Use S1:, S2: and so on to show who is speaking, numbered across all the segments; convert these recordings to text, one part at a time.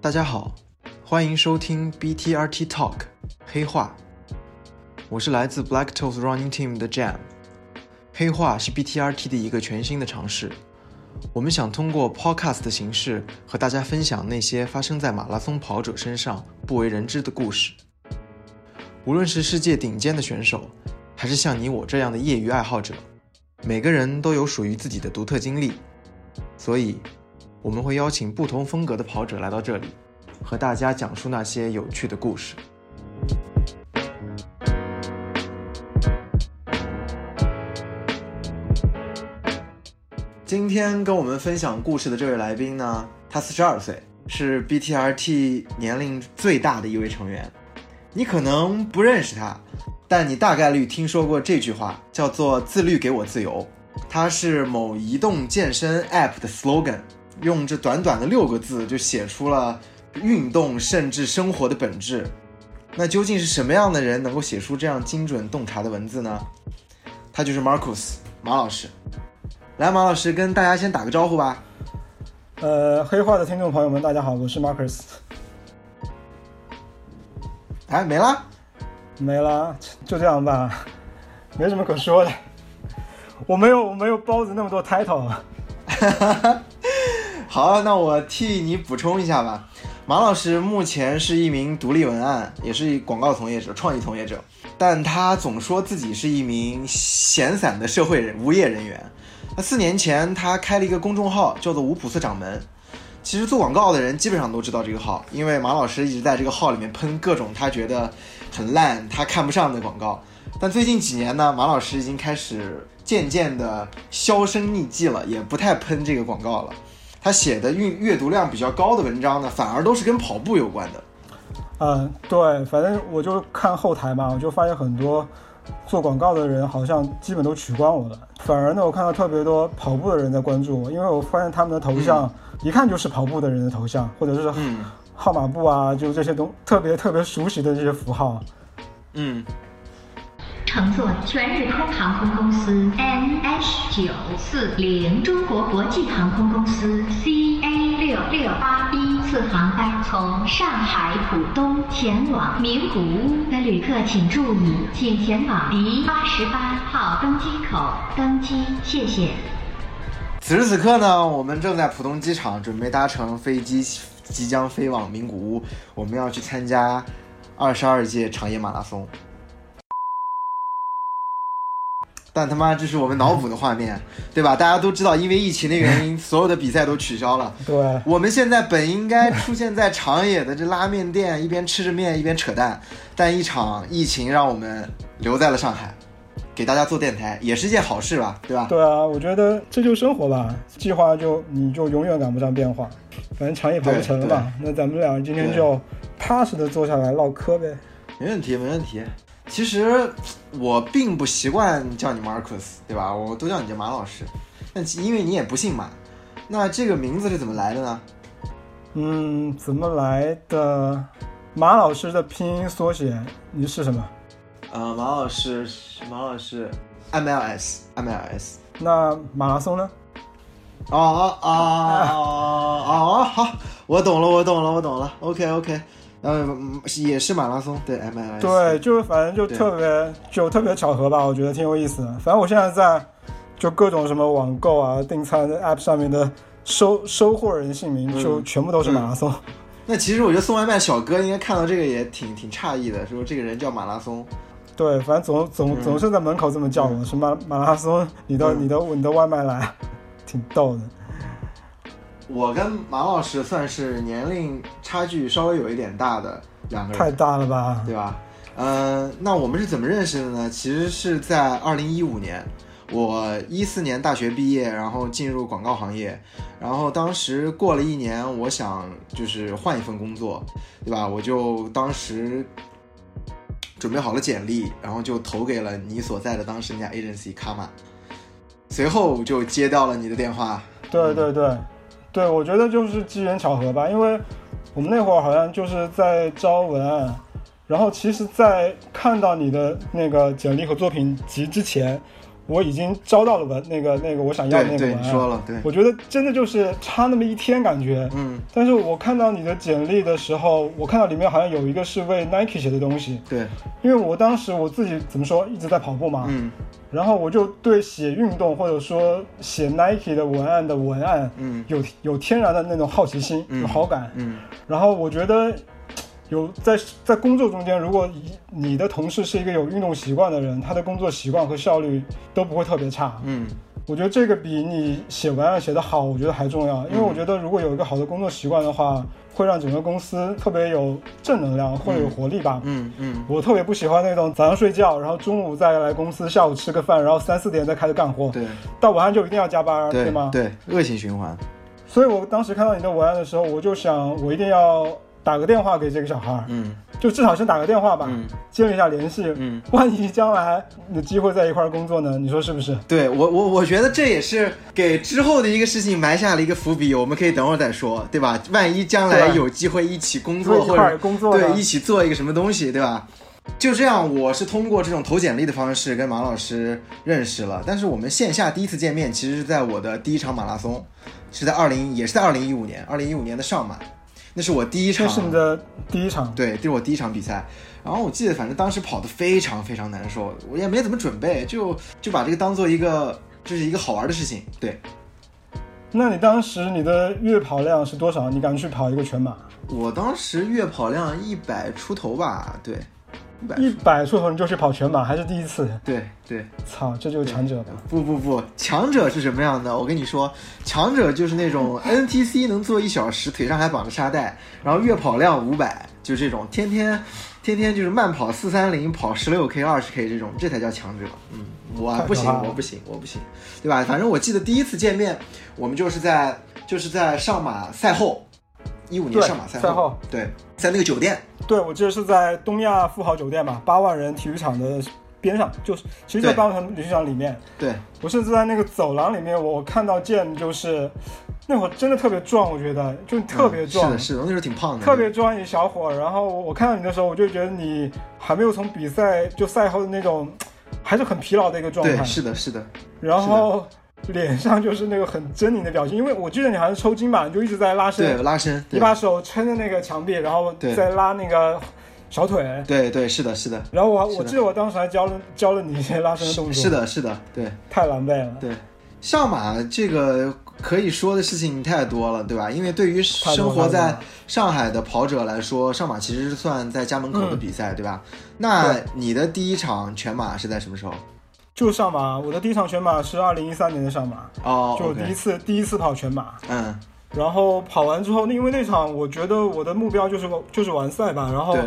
S1: 大家好，欢迎收听 BTRT Talk 黑话，我是来自 Black Toes Running Team 的 Jam。黑话是 BTRT 的一个全新的尝试，我们想通过 podcast 的形式和大家分享那些发生在马拉松跑者身上不为人知的故事。无论是世界顶尖的选手，还是像你我这样的业余爱好者，每个人都有属于自己的独特经历，所以我们会邀请不同风格的跑者来到这里，和大家讲述那些有趣的故事。今天跟我们分享故事的这位来宾呢，他四十二岁，是 BTRT 年龄最大的一位成员。你可能不认识他，但你大概率听说过这句话，叫做“自律给我自由”。它是某移动健身 App 的 slogan，用这短短的六个字就写出了运动甚至生活的本质。那究竟是什么样的人能够写出这样精准洞察的文字呢？他就是 Marcus 马老师。来，马老师跟大家先打个招呼吧。
S2: 呃，黑化的听众朋友们，大家好，我是 Marcus。
S1: 哎，没啦。
S2: 没了，就这样吧，没什么可说的。我没有，我没有包子那么多 title。啊
S1: 好，那我替你补充一下吧。马老师目前是一名独立文案，也是广告从业者、创意从业者，但他总说自己是一名闲散的社会人无业人员。那四年前，他开了一个公众号，叫做“五普色掌门”。其实做广告的人基本上都知道这个号，因为马老师一直在这个号里面喷各种他觉得很烂、他看不上的广告。但最近几年呢，马老师已经开始渐渐的销声匿迹了，也不太喷这个广告了。他写的阅阅读量比较高的文章呢，反而都是跟跑步有关的。
S2: 嗯，对，反正我就看后台嘛，我就发现很多做广告的人好像基本都取关我了。反而呢，我看到特别多跑步的人在关注我，因为我发现他们的头像、一看就是跑步的人的头像，或者是
S1: 嗯
S2: 号码布啊，就这些东特别特别熟悉的这些符号。
S1: 嗯，
S3: 乘坐全日空航空公司 NH 九四零中国国际航空公司 CA 六六八一次航班从上海浦东前往名古屋的旅客请注意，请前往第八十八号登机口登机，谢谢。
S1: 此时此刻呢，我们正在浦东机场准备搭乘飞机，即将飞往名古屋，我们要去参加二十二届长野马拉松。但他妈这是我们脑补的画面，对吧？大家都知道，因为疫情的原因，所有的比赛都取消了。
S2: 对，
S1: 我们现在本应该出现在长野的这拉面店，一边吃着面一边扯淡，但一场疫情让我们留在了上海，给大家做电台也是件好事吧，对吧？
S2: 对啊，我觉得这就是生活吧，计划就你就永远赶不上变化，反正长也跑不成了嘛。那咱们俩今天
S1: 对
S2: 就踏实的坐下来唠嗑呗。
S1: 没问题，没问题。其实我并不习惯叫你 Marcus，对吧？我都叫你这马老师，但其因为你也不姓马，那这个名字是怎么来的呢？
S2: 嗯，怎么来的？马老师的拼音缩写你是什么？
S1: 呃，马老师，马老师，MLS，MLS。
S2: 那马拉松呢？
S1: 哦哦哦哦哦，好，我懂了，我懂了，我懂了。OK OK，呃，嗯也是马拉松，对 MLS。
S2: 对，，哎就是反正就特别就特别巧合吧，我觉得挺有意思的。反正我现在在就各种什么网购啊、订餐的 app 上面的收收货人姓名就全部都是马拉松。
S1: 那其实我觉得送外卖小哥应该看到这个也挺挺诧异的，说这个人叫马拉松。
S2: 对，反正总
S1: 嗯
S2: 总总是在门口这么叫我，什么马拉松，你的你的你的外卖来，挺逗的。
S1: 我跟马老师算是年龄差距稍微有一点大的两个
S2: 太
S1: 人，
S2: 大了吧？
S1: 对吧？嗯，那我们是怎么认识的呢？其实是在二零一五年，我一四年大学毕业，然后进入广告行业，然后当时过了一年，我想就是换一份工作，对吧？我就当时准备好了简历，然后就投给了你所在的当时那家 agency 卡玛，随后就接到了你的电话，
S2: 对
S1: 嗯
S2: 对对，对，我觉得就是机缘巧合吧，因为我们那会儿好像就是在招文案，然后其实，在看到你的那个简历和作品集之前，我已经招到了文那个那个我想要的那
S1: 对对，
S2: 个啊文
S1: 你
S2: 案
S1: 说了，对，
S2: 我觉得真的就是差那么一天感觉。
S1: 嗯，
S2: 但是我看到你的简历的时候，我看到里面好像有一个是为 Nike 写的东西，
S1: 对，
S2: 因为我当时我自己怎么说一直在跑步嘛，
S1: 嗯
S2: 然后我就对写运动或者说写 Nike 的文案的文案
S1: 嗯
S2: 有有天然的那种好奇心、
S1: 嗯
S2: 有好感，
S1: 嗯
S2: 然后我觉得有在在工作中间，如果你你的同事是一个有运动习惯的人，他的工作习惯和效率都不会特别差。
S1: 嗯
S2: 我觉得这个比你写文案写得好，我觉得还重要，因
S1: 嗯
S2: 为我觉得如果有一个好的工作习惯的话，会让整个公司特别有正能量，会有活力吧。
S1: 嗯嗯，
S2: 我特别不喜欢那种早上睡觉，然后中午再来公司，下午吃个饭，然后三四点再开始干活，
S1: 对
S2: 到晚上就一定要加班，对吗？
S1: 对，恶性循环，
S2: 所以我当时看到你的文案的时候，我就想，我一定要打个电话给这个小孩儿，
S1: 嗯
S2: 就至少先打个电话吧，
S1: 嗯
S2: 建立一下联系。
S1: 嗯。
S2: 万一将来有机会在一块儿工作呢？你说是不是？
S1: 对我，我我觉得这也是给之后的一个事情埋下了一个伏笔，我们可以等会儿再说，对吧？万一将来
S2: 对
S1: 有机会一起工
S2: 所
S1: 作
S2: 以一
S1: 或
S2: 块儿
S1: 者
S2: 工作呢
S1: 对一起做一个什么东西，对吧？就这样，我是通过这种投简历的方式跟马老师认识了，但是我们线下第一次见面其实是在我的第一场马拉松，是在二零也是在二零一五年，二零一五年的上马，那是我第一
S2: 这
S1: 场
S2: 是你的第一场，
S1: 对，这是我第一场比赛。然后我记得，反正当时跑得非常非常难受，我也没怎么准备，就就把这个当做一个就是一个好玩的事情。对
S2: 那你当时你的月跑量是多少？你敢去跑一个全马？
S1: 我当时月跑量一百出头吧，对，一百，
S2: 一百出头你就去跑全马，还是第一次？
S1: 对对。
S2: 操，这就是强者吧？
S1: 不不不，强者是什么样的？我跟你说，强者就是那种 NTC 能做一小时，腿上还绑着沙袋，然后月跑量五百，就这种，天天天天就是慢跑四三零，跑十六 K、二十 K 这种，这才叫强者。嗯，我
S2: 太可
S1: 不行
S2: 怕了，
S1: 我不行，我不行，对吧？反正我记得第一次见面，我们就是在就是在上马赛后，一五年
S2: 对
S1: 上马赛
S2: 赛后
S1: 对，在那个酒店，
S2: 对，我记得是在东亚富豪酒店吧，八万人体育场的边上，就是其实就
S1: 对
S2: 在八万人体育场里面。
S1: 对，
S2: 我甚至在那个走廊里面，我我看到剑就是那会儿真的特别壮，我觉得就特别
S1: 嗯
S2: 壮，
S1: 是的，是的，那时候挺胖的，
S2: 特别壮一小伙儿。然后我我看到你的时候，我就觉得你还没有从比赛就赛后的那种，还是很疲劳的一个状态
S1: 对，。是的，是的，
S2: 然后脸上就是那个很狰狞的表情，因为我记得你好像是抽筋吧，你就一直在拉
S1: 对，
S2: 伸，
S1: 拉伸，
S2: 你
S1: 对，
S2: 把手撑着那个墙壁，然后
S1: 对
S2: 再拉那个小腿。
S1: 对对，是的，是的。
S2: 然后我
S1: 是的
S2: 我记得我当时还教了教了你一些拉伸的动作，
S1: 是，的，是的，对
S2: 太狼狈了。
S1: 对。上马这个可以说的事情太多了，对吧？因为对于
S2: 太多
S1: 生活
S2: 太多
S1: 在
S2: 了
S1: 上海的跑者来说，上马其实是算在家门口的
S2: 嗯
S1: 比赛，对吧？那
S2: 对
S1: 你的第一场全马是在什么时候？
S2: 就上马，我的第一场全马是二零一三年的上马，
S1: 哦
S2: 就我第一
S1: ，OK，
S2: 次第一次跑全马。
S1: 嗯，
S2: 然后跑完之后，那因为那场我觉得我的目标就是就是完赛吧，然后
S1: 对，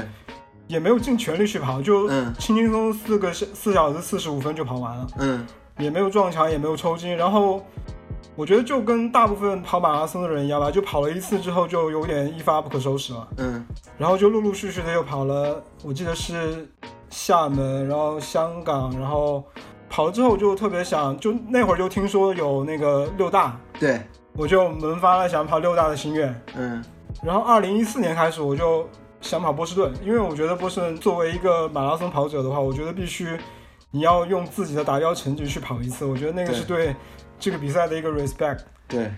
S2: 也没有尽全力去跑，就
S1: 嗯
S2: 轻轻松松四个小四小时四十五分就跑完了，
S1: 嗯
S2: 也没有撞墙，也没有抽筋。然后我觉得就跟大部分跑马拉松的人一样吧，就跑了一次之后就有点一发不可收拾了。
S1: 嗯
S2: 然后就陆陆续续的又跑了，我记得是厦门，然后香港，然后跑了之后我就特别想，就那会儿就听说有那个六大，
S1: 对，
S2: 我就萌发了想跑六大的心愿。
S1: 嗯
S2: 然后二零一四年开始我就想跑波士顿，因为我觉得波士顿作为一个马拉松跑者的话，我觉得必须你要用自己的达标成绩去跑一次，我觉得那个
S1: 对
S2: 是对这个比赛的一个 respect。
S1: 对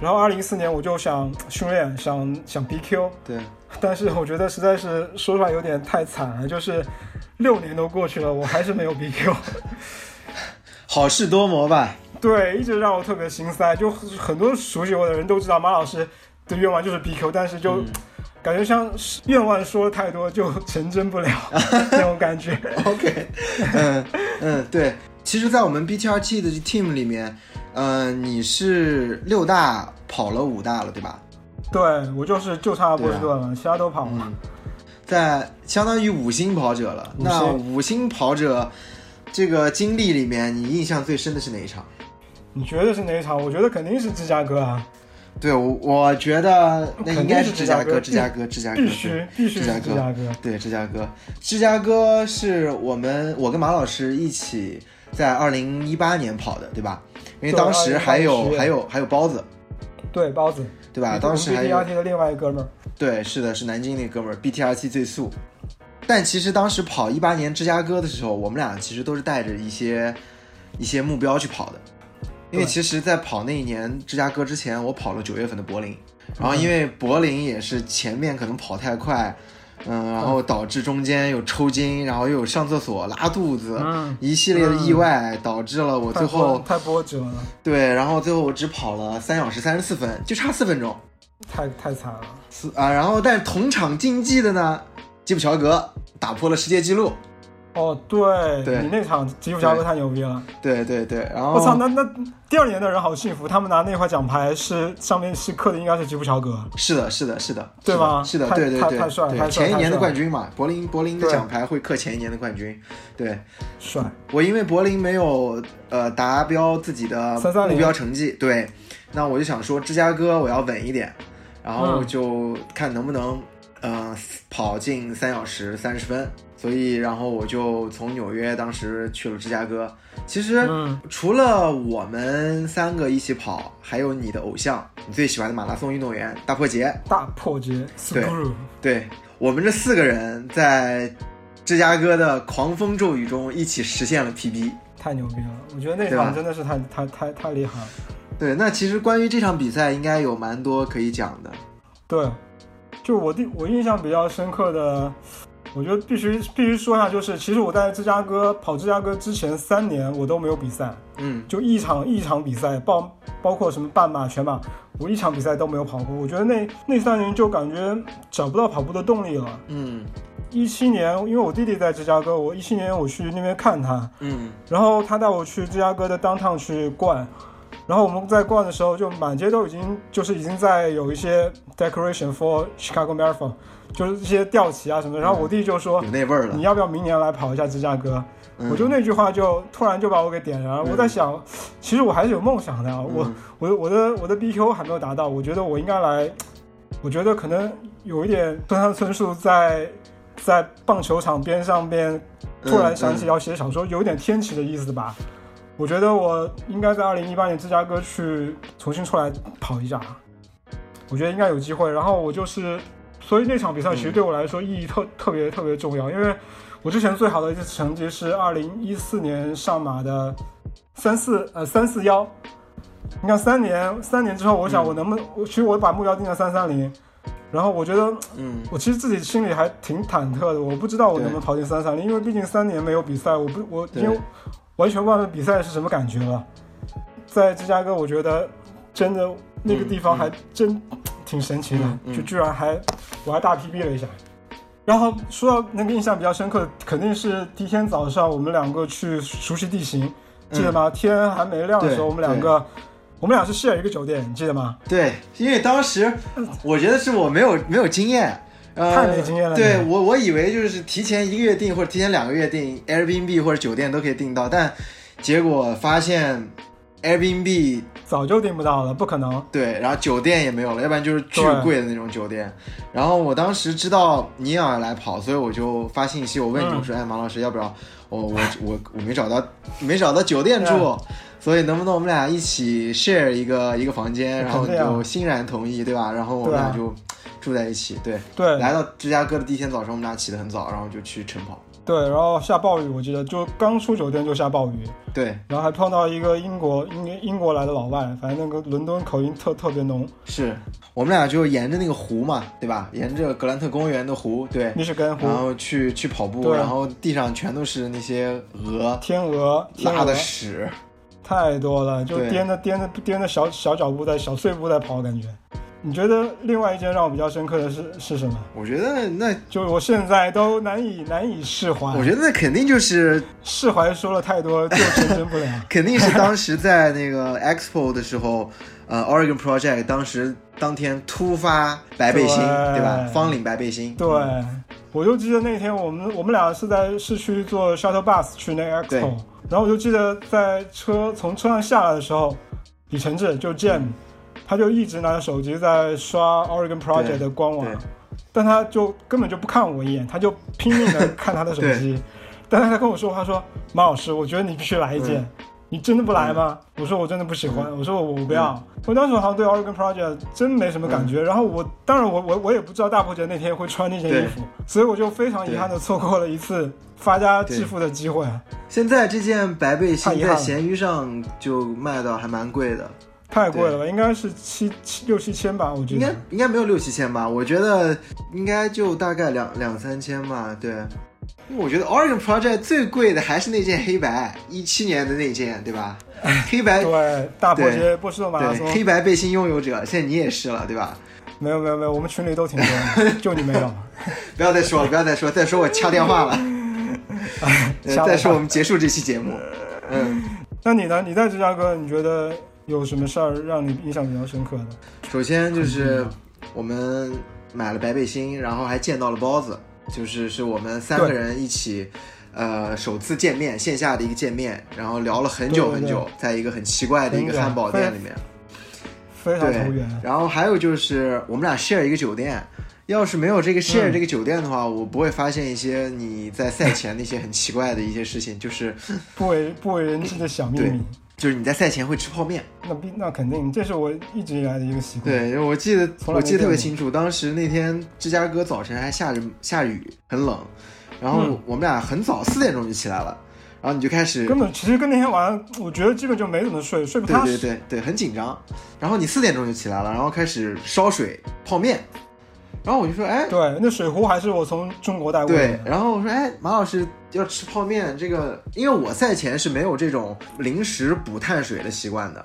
S2: 然后二零一四年我就想训练，想想 BQ，
S1: 对，
S2: 但是我觉得实在是说出来有点太惨了，就是六年都过去了，我还是没有 BQ，
S1: 好事多磨吧？
S2: 对，一直让我特别心塞。就很多熟悉我的人都知道，马老师的愿望就是 BQ，但是就
S1: 嗯
S2: 感觉像是愿望说的太多就成 真不了那种感觉。
S1: OK，嗯 嗯，对。其实，在我们 BTRT 的 team 里面，呃，你是六大跑了五大了，对吧？
S2: 对我就是就差波士顿了，其他都跑了。
S1: 嗯，在相当于五星跑者了。
S2: 五星
S1: 那五星跑者这个经历里面，你印象最深的是哪一场？
S2: 你觉得是哪一场？我觉得肯定是芝加哥啊，
S1: 对，我我觉得那
S2: 肯定
S1: 应该
S2: 是
S1: 芝加哥，嗯
S2: 芝
S1: 芝加哥，芝加哥，
S2: 必须必须
S1: 芝加
S2: 是芝
S1: 哥。
S2: 加哥。
S1: 对，芝加哥，芝加哥是我们我跟马老师一起在二零一八年跑的，对吧？因为
S2: 对
S1: 当时
S2: 2018
S1: 还有
S2: 十月
S1: 还有还有包子，
S2: 对，包子
S1: 对吧？当时还有
S2: BRT 的另外一哥们儿，
S1: 对，是的，是南京那哥们儿 BTRC 最速。但其实当时跑一八年芝加哥的时候，我们俩其实都是带着一些一些目标去跑的。因为
S2: 对
S1: 其实，在跑那一年芝加哥之前，我跑了九月份的柏林，然后因为柏林也是前面可能跑太快，嗯，然后导致中间有抽筋，然后又有上厕所、拉肚子，
S2: 嗯
S1: 一系列的意外，导致了啊我最后
S2: 太波太波折了，
S1: 对，然后最后我只跑了三小时三十四分，就差四分钟，
S2: 太太惨了。
S1: 四啊，然后但是同场竞技的呢，基普乔格打破了世界纪录，
S2: 哦，对
S1: 对哦
S2: 你那场吉普乔格太牛逼了！
S1: 对对对，然后
S2: 我操，那那第二年的人好幸福，他们拿那块奖牌是上面是刻的应该是吉普乔格。
S1: 是的，是的，是的，
S2: 对吧
S1: 是的，
S2: 太
S1: 对对
S2: 太
S1: 对，
S2: 太帅了
S1: 对
S2: 太帅
S1: 前一年的
S2: 太帅
S1: 冠军嘛，柏林柏林的
S2: 对
S1: 奖牌会克前一年的冠军。对
S2: 帅，
S1: 我因为柏林没有呃达标自己的
S2: 330
S1: 目标成绩，对，那我就想说芝加哥我要稳一点，然后
S2: 嗯
S1: 就看能不能呃跑进三小时三十分。所以，然后我就从纽约当时去了芝加哥。其实，
S2: 嗯
S1: 除了我们三个一起跑，还有你的偶像，你最喜欢的马拉松运动员大破节，
S2: 大破节 s c r e w
S1: 对我们这四个人在芝加哥的狂风骤雨中一起实现了 PB。
S2: 太牛逼了！我觉得那
S1: 对吧
S2: 场真的是太太太太厉害了。
S1: 对，那其实关于这场比赛应该有蛮多可以讲的。
S2: 对，就我第我印象比较深刻的，我觉得必须必须说一下，就是其实我在芝加哥跑芝加哥之前三年我都没有比赛，
S1: 嗯
S2: 就一场一场比赛，包包括什么半马、全马，我一场比赛都没有跑过。我觉得那那三年就感觉找不到跑步的动力了。
S1: 嗯
S2: 一七年，因为我弟弟在芝加哥，我一七年我去那边看他，
S1: 嗯
S2: 然后他带我去芝加哥的 downtown 去逛，然后我们在逛的时候，就满街都已经就是已经在有一些 decoration for Chicago Marathon，就是一些吊旗啊什么的。然后我弟就说
S1: 有那味儿：“了
S2: 你。要不要明年来跑一下芝加哥？”
S1: 嗯
S2: 我就那句话就突然就把我给点燃了。我在想，其实我还是有梦想的啊，我
S1: 嗯
S2: 我我的我的 BQ 还没有达到，我觉得我应该来，我觉得可能有一点村上春树在在棒球场边上边
S1: 嗯
S2: 突然想起要写小说，有点天启的意思吧。我觉得我应该在二零一八年芝加哥去重新出来跑一下，我觉得应该有机会。然后我就是，所以那场比赛其实对我来说意义特、特别特别重要，因为我之前最好的一次成绩是二零一四年上马的三四呃三四幺。你看三年三年之后，我想我能不能，我其实我把目标定在三三零，然后我觉得
S1: 嗯
S2: 我其实自己心里还挺忐忑的，我不知道我能不能跑进三三零，因为毕竟三年没有比赛，我不我
S1: 对
S2: 因为完全忘了比赛是什么感觉了。在芝加哥，我觉得真的那个地方还真、挺神奇的，
S1: 嗯嗯
S2: 就居然还我还大 PB 了一下。然后说到那个印象比较深刻，肯定是第一天早上我们两个去熟悉地形，记得吗？天还没亮的时
S1: 嗯
S2: 候，
S1: 对
S2: 我们两个我们俩是 share 一个酒店，你记得吗？
S1: 对，因为当时我觉得是我没有没有经验。呃、
S2: 太没经验了
S1: 对
S2: 你
S1: 我，我以为就是提前一个月订或者提前两个月订 Airbnb 或者酒店都可以订到，但结果发现 Airbnb
S2: 早就订不到了，不可能。
S1: 对，然后酒店也没有了，要不然就是巨
S2: 对
S1: 贵的那种酒店。然后我当时知道你也要来跑，所以我就发信息，我问你，
S2: 嗯
S1: 我说：“哎，马老师，要不要我我我 我没找到没找到酒店住，所以能不能我们俩一起 share 一个一个房间？”然后
S2: 肯
S1: 你
S2: 定啊
S1: 就欣然同意，对吧？然后我们俩
S2: 对啊
S1: 就住在一起。对，
S2: 对，
S1: 来到芝加哥的第一天早上，我们俩起得很早，然后就去晨跑。
S2: 对，然后下暴雨，我记得就刚出酒店就下暴雨，
S1: 对，
S2: 然后还碰到一个英国英英国来的老外，反正那个伦敦口音特特别浓，
S1: 是我们俩就沿着那个湖嘛，对吧？沿着格兰特公园的湖，对，
S2: 密歇根湖
S1: 然后去去跑步，
S2: 嗯对
S1: 然后地上全都是那些鹅
S2: 天鹅，天
S1: 拉
S2: 鹅
S1: 的屎，
S2: 太多了，就
S1: 对
S2: 颠着颠着颠着小小脚步在小碎步在跑，感觉。你觉得另外一件让我比较深刻的是是什么？
S1: 我觉得那，
S2: 就是我现在都难以难以释怀，
S1: 我觉得那肯定就是，。
S2: 释怀说了太多就成真不了
S1: 肯定是当时在那个 Expo 的时候，呃，Oregon Project 当时当天突发白背心，
S2: 对
S1: 对吧？方领白背心，
S2: 对，
S1: 嗯
S2: 我就记得那天我们我们俩是在市区坐 shuttle bus 去那个
S1: 对
S2: expo，然后我就记得在车从车上下来的时候，李承志就 Jam，、他就一直拿着手机在刷 Oregon
S1: 对
S2: Project 的官网
S1: 对，
S2: 但他就根本就不看我一眼，他就拼命的看他的手机，但他在跟我说话说马老师，我觉得你必须来一件。你真的不来吗？我说我真的不喜欢，我说我我不要。我啊当时好像对 Oregon Project 真没什么感
S1: 嗯
S2: 觉。然后我当然我我我也不知道大伯爵那天会穿那件衣服，所以我就非常遗憾的错过了一次发家致富的机会。啊
S1: 现在这件白背心
S2: 太遗憾
S1: 在
S2: 了
S1: 闲鱼上就卖到还蛮贵的，
S2: 太贵了吧？应该是七七六七千吧，我觉
S1: 应该
S2: 得。
S1: 应该没有六七千吧？我觉得应该就大概两两三千吧。对，因为我觉得 Oregon Project 最贵的还是那件黑白，一七年的那件，对 吧？黑白
S2: 对，大伯
S1: 对
S2: 爵波士顿马拉松
S1: 对，黑白背心拥有者，现在你也是了，对吧？
S2: 没有没有没有，我们群里都挺多的，就你没 有。
S1: 不要再说了，不要再说，再说我掐电话 了。呃
S2: 掐
S1: 再
S2: 电
S1: 说
S2: 话
S1: 我们结束这期节目。 嗯，
S2: 那你呢？你在芝加哥，你觉得有什么事儿让你印象比较深刻的？
S1: 首先就是
S2: 嗯
S1: 我们买了白背心，然后还见到了包子，就是是我们三个
S2: 对
S1: 人一起。呃，首次见面，线下的一个见面，然后聊了很久
S2: 对对
S1: 很
S2: 对
S1: 久，在一个很奇怪的一个
S2: 很久
S1: 汉堡店里面，
S2: 非常投
S1: 对
S2: 缘。，
S1: 然后还有就是我们俩 share 一个酒店，要是没有
S2: 嗯
S1: 这个 share 这个酒店的话，我不会发现一些你在赛前的一些很奇怪的一些事情，就是
S2: 不为不为人知的小秘
S1: 对
S2: 密。
S1: 就是你在赛前会吃泡面。
S2: 那必那肯定，这是我一直以来的一个习惯。
S1: 对，因为我记得
S2: 从来
S1: 我
S2: 没
S1: 记得特别
S2: 见
S1: 清
S2: 过
S1: 楚，当时那天芝加哥早晨还下着下雨，很冷，然后
S2: 嗯
S1: 我们俩很早四点钟就起来了，然后你就开始
S2: 根本其实跟那天晚上，我觉得基本就没怎么睡，睡不
S1: 对
S2: 踏
S1: 对
S2: 实。
S1: 对对，很紧张。然后你四点钟就起来了，然后开始烧水泡面，然后我就说，哎，
S2: 对那水壶还是我从中国带过来
S1: 对，
S2: 的。
S1: 然后我说，哎，马老师要吃泡面，这个，因为我赛前是没有这种零食补碳水的习惯的。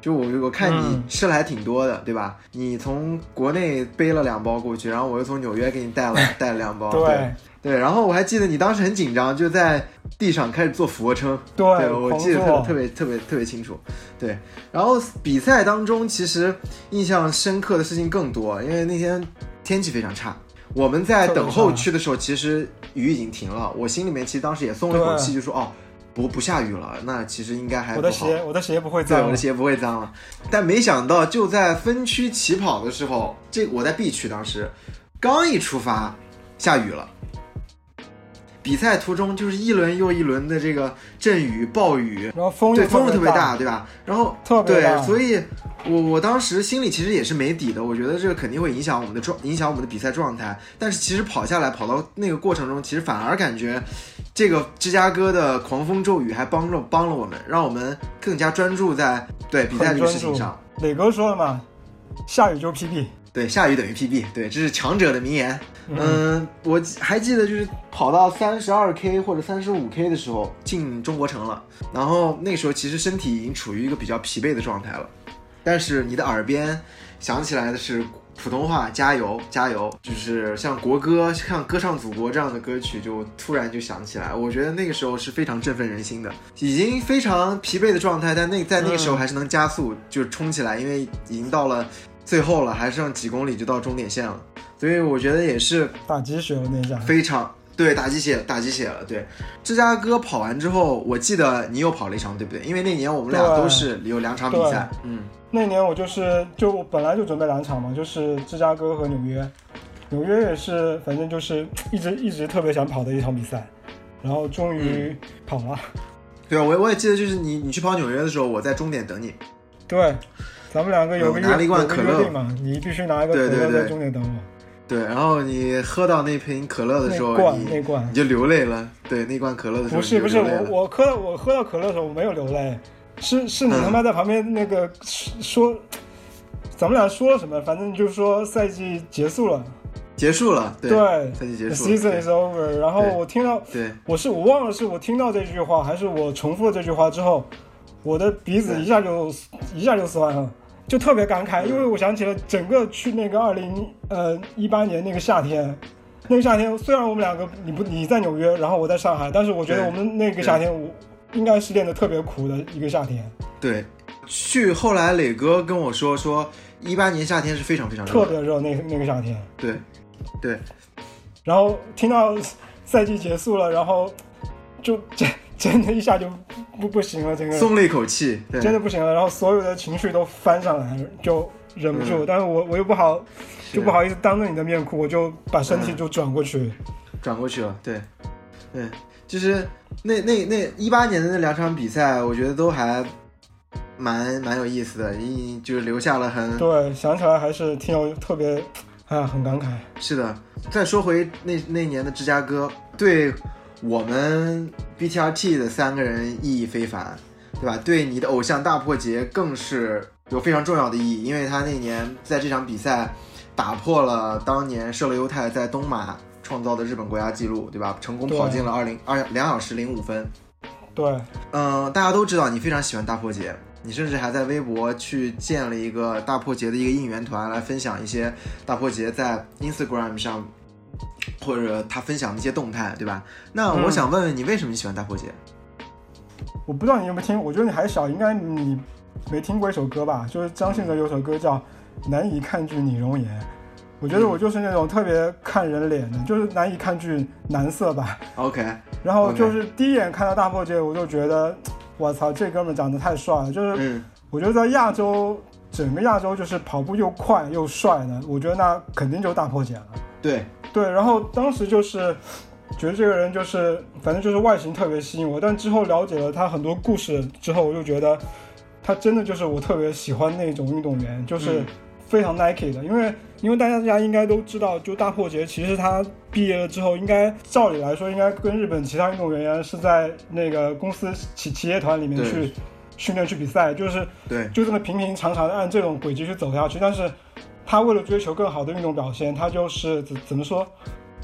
S1: 就我我看你
S2: 嗯
S1: 吃了还挺多的，对吧？你从国内背了两包过去，然后我又从纽约给你带了带了两包，对
S2: 对
S1: 对。然后我还记得你当时很紧张，就在地上开始做俯卧撑，
S2: 对
S1: 对我
S2: 狂
S1: 记得特
S2: 做
S1: 特别特别特别清楚。对，然后比赛当中其实印象深刻的事情更多，因为那天天气非常差。我们在等候区的时候，其实雨已经停了，我心里面其实当时也松了一口气，就说哦，不不下雨了，那其实应该还
S2: 我
S1: 不
S2: 的
S1: 好。
S2: 鞋，我的鞋不会
S1: 对，
S2: 脏。
S1: 我的鞋不会脏了。但没想到，就在分区起跑的时候，这我在 B 区，当时刚一出发，下雨了。比赛途中就是一轮又一轮的这个阵雨、暴雨，
S2: 然后风
S1: 对，
S2: 又
S1: 风
S2: 特
S1: 特别
S2: 大
S1: 大，，对吧？然后
S2: 特别大
S1: 对，所以我我当时心里其实也是没底的，我觉得这个肯定会影响我们的状，影响我们的比赛状态。但是其实跑下来，跑到那个过程中，其实反而感觉这个芝加哥的狂风骤雨还帮助帮了我们，让我们更加专注在对比赛这个事情
S2: 很专注
S1: 上。
S2: 磊哥说的嘛，下雨就 PB。
S1: 对，下雨等于 PB，对，这是强者的名言。嗯，我记还记得就是跑到三十二 K 或者三十五 K 的时候进中国城了，然后那时候其实身体已经处于一个比较疲惫的状态了，但是你的耳边响起来的是普通话加油加油，就是像国歌、像歌唱祖国这样的歌曲就突然就响起来，我觉得那个时候是非常振奋人心的，已经非常疲惫的状态，但那在那个时候还是能加速就冲起来，因为已经到了最后了，还剩几公里就到终点线了。所以我觉得也是
S2: 打鸡血我那一下，
S1: 非常对打鸡血，打鸡血了。对，芝加哥跑完之后，我记得你又跑了一场，对不对？因为那年我们俩
S2: 对
S1: 都是有两场比赛，嗯，
S2: 那年我就是就我本来就准备两场嘛，就是芝加哥和纽约，纽约也是反正就是一直一直特别想跑的一场比赛，然后终
S1: 嗯
S2: 于跑了。
S1: 对，啊我我也记得，就是你你去跑纽约的时候，我在终点等你，
S2: 对，咱们两个有
S1: 嗯
S2: 个约
S1: 拿了一罐
S2: 有个
S1: 可乐
S2: 约定嘛，你必须拿一个
S1: 对
S2: 可
S1: 对
S2: 乐在
S1: 对
S2: 终点等我，
S1: 对，然后你喝到那瓶可乐的时
S2: 那
S1: 候，
S2: 罐那
S1: 你你
S2: 罐。
S1: 就流泪了，对，那罐可乐的时候
S2: 不是
S1: 你
S2: 不，
S1: 就是流泪
S2: 我
S1: 了
S2: 我喝到我喝到可乐的时候我没有流泪，是是你
S1: 嗯
S2: 他妈在旁边那个说，咱们俩说了什么？反正就是说赛季结束了，
S1: 结束了，对，
S2: 对
S1: 赛季结
S2: ，the
S1: 束了，
S2: season is over。然后
S1: 对
S2: 我听到
S1: 对
S2: 我是我忘了是我听到这句话，还是我重复了这句话之后，我的鼻子一下 就一下就酸了，就特别感
S1: 嗯
S2: 慨，因为我想起了整个去那个二零呃一八年那个夏天，那个夏天虽然我们两个你不你在纽约，然后我在上海，但是我觉得
S1: 对
S2: 我们那个夏天我应该是练得特别苦的一个夏天，
S1: 对。去后来磊哥跟我说说，一八年夏天是非常非常热
S2: 特
S1: 的，
S2: 别热那那个夏天，
S1: 对，对，
S2: 然后听到赛季结束了，然后就真真的一下就不不行了，整个人
S1: 松了一口气，对，
S2: 真的不行了，然后所有的情绪都翻上来，就忍不住，但是我我又不好，
S1: 嗯是
S2: 就不好意思
S1: 嗯
S2: 当着你的面哭，我就把身体就转过去。
S1: 转过去了，对，对，就是那那那一八年的那两场比赛，我觉得都还蛮蛮有意思的，一就是留下了很
S2: 对，想起来还是挺有特别，哎呀，很感慨。
S1: 是的。再说回那那年的芝加哥，对我们 BTRT 的三个人意义非凡，对吧？对你的偶像大破节更是有非常重要的意义，因为他那年在这场比赛打破了当年舍勒犹太在东马创造的日本国家纪录，对吧？成功跑进了二零二两小时零五分。
S2: 对，
S1: 嗯、大家都知道你非常喜欢大破节，你甚至还在微博去建了一个大破节的一个应援团，来分享一些大破节在 Instagram 上或者他分享的一些动态，对吧？那我
S2: 嗯
S1: 想问问你，为什么你喜欢大破节？
S2: 我不知道你有没有听，我觉得你还小，应该你没听过一首歌吧？就是张信哲有首歌叫《难以抗拒你容颜》，我觉得
S1: 嗯
S2: 我就是那种特别看人脸的，就是难以抗拒男色吧。
S1: OK，
S2: 然后
S1: OK
S2: 就是第一眼看到大破节，我就觉得，我操，这哥们儿长得太帅了。就是
S1: 嗯，
S2: 我觉得在亚洲，整个亚洲就是跑步又快又帅的，我觉得那肯定就是大破节了。
S1: 对，
S2: 对，然后当时就是觉得这个人就是，反正就是外形特别吸引我，但之后了解了他很多故事之后，我就觉得他真的就是我特别喜欢那种运动员，就是
S1: 嗯
S2: 非常 Nike 的，因为因为大家应该都知道，就大破节其实他毕业了之后，应该照理来说应该跟日本其他运动员一样是在那个公司企企业团里面
S1: 对
S2: 去训练去比赛，就是
S1: 对，
S2: 就这么平平常常的按这种轨迹去走下去。但是，他为了追求更好的运动表现，他就是怎怎么说，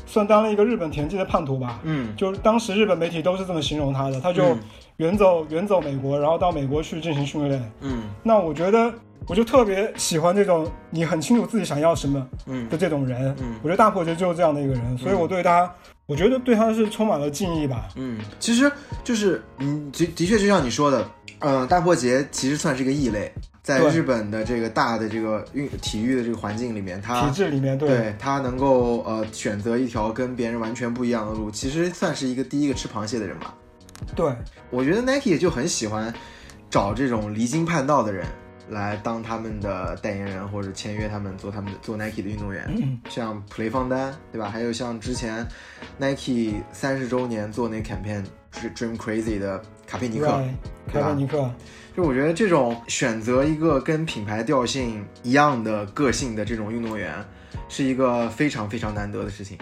S2: 算当了一个日本田径的叛徒吧。
S1: 嗯，
S2: 就是当时日本媒体都是这么形容他的，他就
S1: 嗯
S2: 远走远走美国，然后到美国去进行训练。
S1: 嗯
S2: 那我觉得，我就特别喜欢这种你很清楚自己想要什么
S1: 嗯
S2: 的这种人。
S1: 嗯
S2: 我觉得大破节就是这样的一个人，所以我对他，我觉得对他是充满了敬意吧。
S1: 嗯，其实就是，嗯，的的确就像你说的，嗯、大破节其实算是一个异类，在
S2: 对
S1: 日本的这个大的这个运体育的这个环境里面，它
S2: 体制里面，
S1: 对他能够呃选择一条跟别人完全不一样的路，其实算是一个第一个吃螃蟹的人吧。
S2: 对，
S1: 我觉得 Nike 就很喜欢找这种离经叛道的人来当他们的代言人，或者签约他们做他们的做 Nike 的运动员，像普雷方丹对吧？还有像之前 Nike 三十周年做那 campaign Dr- Dream Crazy 的卡佩尼克，
S2: 对，凯文尼克，
S1: 就我觉得这种选择一个跟品牌调性一样的个性的这种运动员，是一个非常非常难得的事情。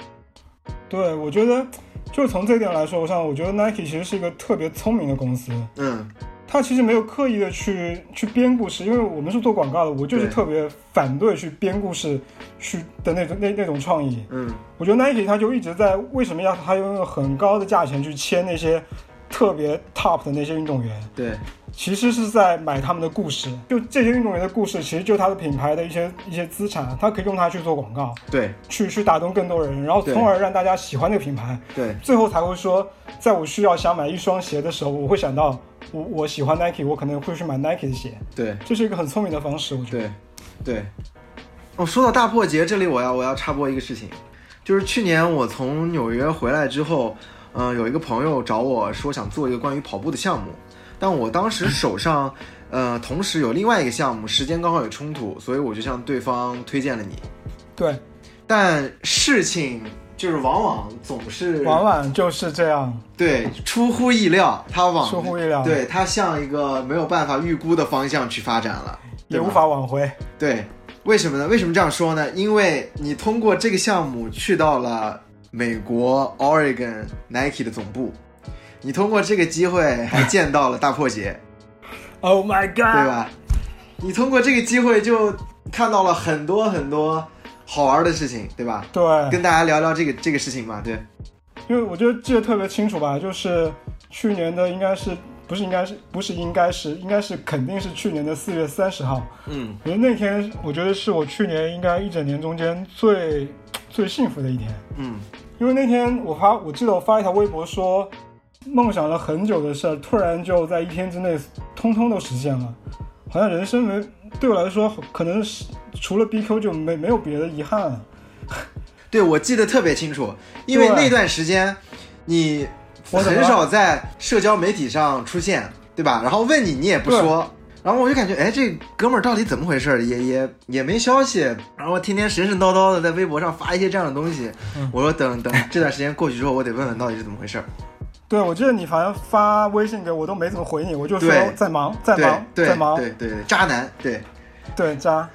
S2: 对，我觉得就从这点来说上，我觉得 Nike 其实是一个特别聪明的公司。
S1: 嗯，
S2: 它其实没有刻意的去去编故事，因为我们是做广告的，我就是
S1: 对
S2: 特别反对去编故事去的那种那那种创意。
S1: 嗯，
S2: 我觉得 Nike 它就一直在为什么要它用很高的价钱去签那些特别 top 的那些运动员，
S1: 对，
S2: 其实是在买他们的故事。就这些运动员的故事，其实就是他的品牌的一些一些资产，它可以用它去做广告，
S1: 对，
S2: 去去打动更多人，然后
S1: 对
S2: 从而让大家喜欢这个品牌。
S1: 对，
S2: 最后才会说，在我需要想买一双鞋的时候，我会想到我我喜欢 Nike，我可能会去买 Nike 的鞋，
S1: 对，
S2: 这是一个很聪明的方式，我觉得。
S1: 对，对。哦，说到大破节，这里我要我要插播一个事情，就是去年我从纽约回来之后，嗯、有一个朋友找我说想做一个关于跑步的项目，但我当时手上，呃，同时有另外一个项目，时间刚好有冲突，所以我就向对方推荐了你。
S2: 对，
S1: 但事情就是往往总是
S2: 往往就是这样。
S1: 对出乎意料，它往
S2: 出乎意料
S1: 对它向一个没有办法预估的方向去发展了，
S2: 也
S1: 对吧
S2: 无法挽回，
S1: 对，为什么呢？为什么这样说呢？因为你通过这个项目去到了美国 Oregon Nike 的总部，你通过这个机会还见到了大破 节，
S2: Oh my
S1: 对
S2: god！
S1: 吧？你通过这个机会就看到了很多很多好玩的事情，对吧？
S2: 对
S1: 跟大家聊聊这个这个事情吧，对，
S2: 因为我觉得记得特别清楚吧，就是去年的应该是不是应该是不是应该是应该是肯定是去年的四月三十号，
S1: 嗯
S2: 我觉得那天我觉得是我去年应该一整年中间最最幸福的一天。
S1: 嗯
S2: 因为那天我发，我记得我发一条微博说，梦想了很久的事儿，突然就在一天之内通通都实现了，好像人生没对我来说，可能是除了 BQ 就没没有别的遗憾了。
S1: 对，我记得特别清楚，因为
S2: 对
S1: 那段时间你
S2: 我怎么
S1: 很
S2: 了
S1: 少在社交媒体上出现，对吧？然后问你，你也不说。然后我就感觉，哎，这哥们儿到底怎么回事儿？也也也没消息。然后天天神神叨叨的在
S2: 嗯
S1: 微博上发一些这样的东西。我说等等这段时间过去之后，我得问问到底是怎么回事儿。
S2: 对，我记得你好像发微信给我，都没怎么回你，我就说
S1: 对
S2: 在忙，在
S1: 对
S2: 忙，
S1: 对
S2: 在忙，
S1: 对对对，渣男，对
S2: 对渣。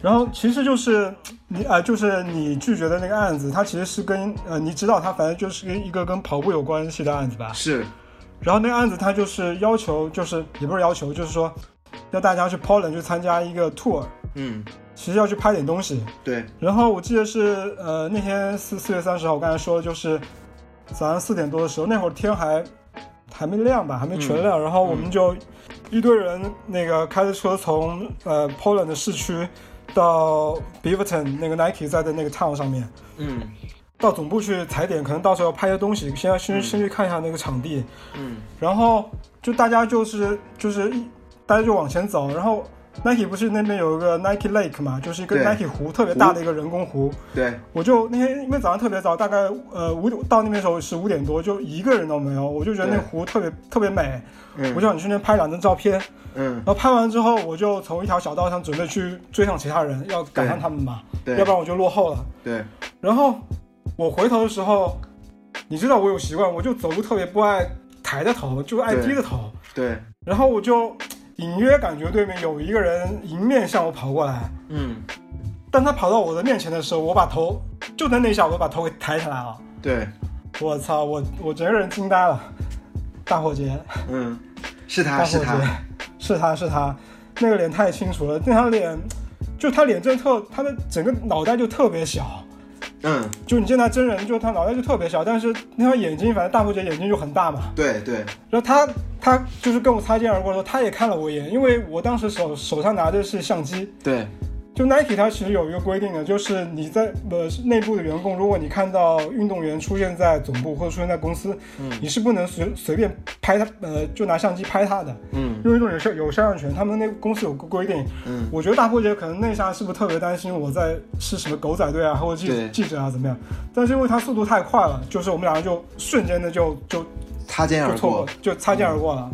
S2: 然后其实就是你啊、就是你拒绝的那个案子，它其实是跟呃，你知道它反正就是一个跟跑步有关系的案子吧。
S1: 是，
S2: 然后那个案子它就是要求，就是也不是要求，就是说要大家去 Poland 去参加一个 tour，
S1: 嗯，
S2: 其实要去拍点东西。
S1: 对
S2: 然后我记得是呃那天四四月三十号，我刚才说的就是早上四点多的时候，那会儿天还还没亮吧，还没全亮，然后我们就一堆人那个开着车从呃 Poland 的市区到 Beaverton 那个 Nike 在的那个 town 上面。
S1: 嗯
S2: 到总部去踩点，可能到时候要拍些东西，先要先先去看一下那个场地，
S1: 嗯
S2: 然后就大家就是就是一大家就往前走，然后 Nike 不是那边有一个 Nike Lake 嘛，就是一个
S1: 对
S2: Nike 湖，特别
S1: 湖
S2: 大的一个人工湖。
S1: 对，
S2: 我就那天因为早上特别早，大概呃五点到那边的时候是五点多，就一个人都没有，我就觉得那
S1: 对
S2: 湖特别特别美，
S1: 嗯
S2: 我就想去那边拍两张照片。
S1: 嗯
S2: 然后拍完之后，我就从一条小道上准备去追上其他人，要赶上他们嘛，
S1: 对
S2: 要不然我就落后了。
S1: 对，
S2: 然后我回头的时候，你知道我有习惯，我就走路特别不爱抬着头，就爱
S1: 对
S2: 低着头。
S1: 对，
S2: 然后我就隐约感觉对面有一个人迎面向我跑过来，
S1: 嗯
S2: 当他跑到我的面前的时候，我把头就在那一下，我把头给抬起来了。
S1: 对，
S2: 我操，我我整个人惊呆了。大火姐，
S1: 嗯，是
S2: 大
S1: 他
S2: 火
S1: 是
S2: 姐
S1: 他，，
S2: 是他是他，那个脸太清楚了，那张脸，就他脸真的特，他的整个脑袋就特别小，
S1: 嗯，
S2: 就你见他真人，就他脑袋就特别小，但是那双眼睛，反正大伯姐眼睛就很大嘛。
S1: 对对
S2: 然后他他就是跟我擦肩而过的时候，他也看了我一眼，因为我当时手手上拿的是相机。
S1: 对，
S2: 就 Nike 它其实有一个规定的，就是你在呃内部的员工，如果你看到运动员出现在总部或者出现在公司，
S1: 嗯
S2: 你是不能随随便拍他，呃，就拿相机拍他的，
S1: 嗯
S2: 因为运动员是有肖像权，他们那个公司有个规定。
S1: 嗯，
S2: 我觉得大波姐可能那一下是不是特别担心我在是什么狗仔队啊，或者记
S1: 对
S2: 记者啊怎么样？但是因为他速度太快了，就是我们两个就瞬间的就就
S1: 擦肩
S2: 就
S1: 而
S2: 错
S1: 过
S2: 过，，就擦肩而过了。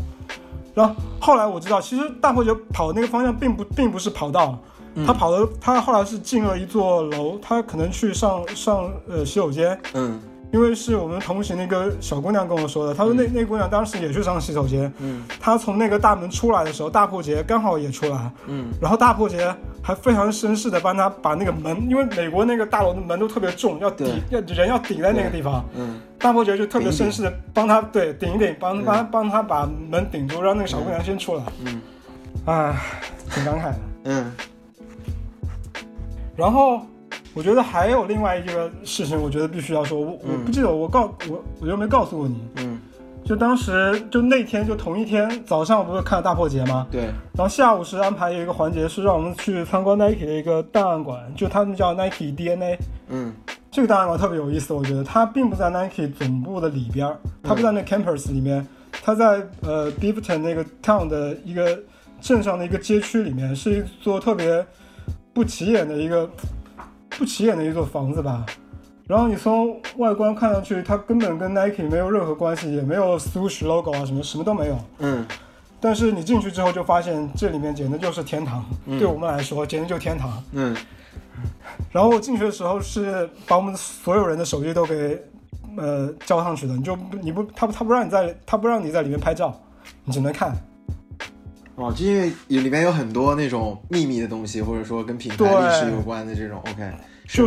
S2: 然后后来我知道，其实大波姐跑那个方向并不并不是跑道，
S1: 嗯
S2: 她跑的她后来是进了一座楼，她可能去上上呃洗手间，
S1: 嗯
S2: 因为是我们同行那个小姑娘跟我说的，她说那那姑娘当时也去上洗手间，
S1: 嗯
S2: 她从那个大门出来的时候，大破杰刚好也出来，
S1: 嗯
S2: 然后大破杰还非常绅士的帮她把那个门，因为美国那个大楼的门都特别重，要抵
S1: 对
S2: 要人要顶在那个地方，
S1: 嗯，
S2: 大伯爵就特别绅士的帮他对顶一顶，帮
S1: 嗯
S2: 帮帮他把门顶住，让那个小姑娘先出来。
S1: 嗯
S2: 唉，挺感慨的。
S1: 嗯
S2: 然后我觉得还有另外一个事情，我觉得必须要说，我我
S1: 嗯
S2: 不记得我告我我又没告诉过你，
S1: 嗯，
S2: 就当时就那天就同一天早上我不是看了大破节吗？
S1: 对，
S2: 然后下午是安排有一个环节是让我们去参观 Nike 的一个档案馆，就他们叫 Nike DNA。
S1: 嗯
S2: 这个档案馆特别有意思，我觉得它并不在 Nike 总部的里边儿，它不在那 campus 里面，它在呃 Beaverton 那个 town 的一个镇上的一个街区里面，是一座特别不起眼的一个不起眼的一座房子吧。然后你从外观看上去，它根本跟 Nike 没有任何关系，也没有 swoosh logo 啊什么什么都没有。
S1: 嗯
S2: 但是你进去之后就发现，这里面简直就是天堂，
S1: 嗯
S2: 对我们来说简直就是天堂。
S1: 嗯
S2: 然后我进去的时候是把我们所有人的手机都给呃交上去的，你就你不他不他不让你在他不让你在里面拍照，你只能看。
S1: 哦，就因为里面有很多那种秘密的东西，或者说跟品牌历史有关的这种，OK，
S2: 就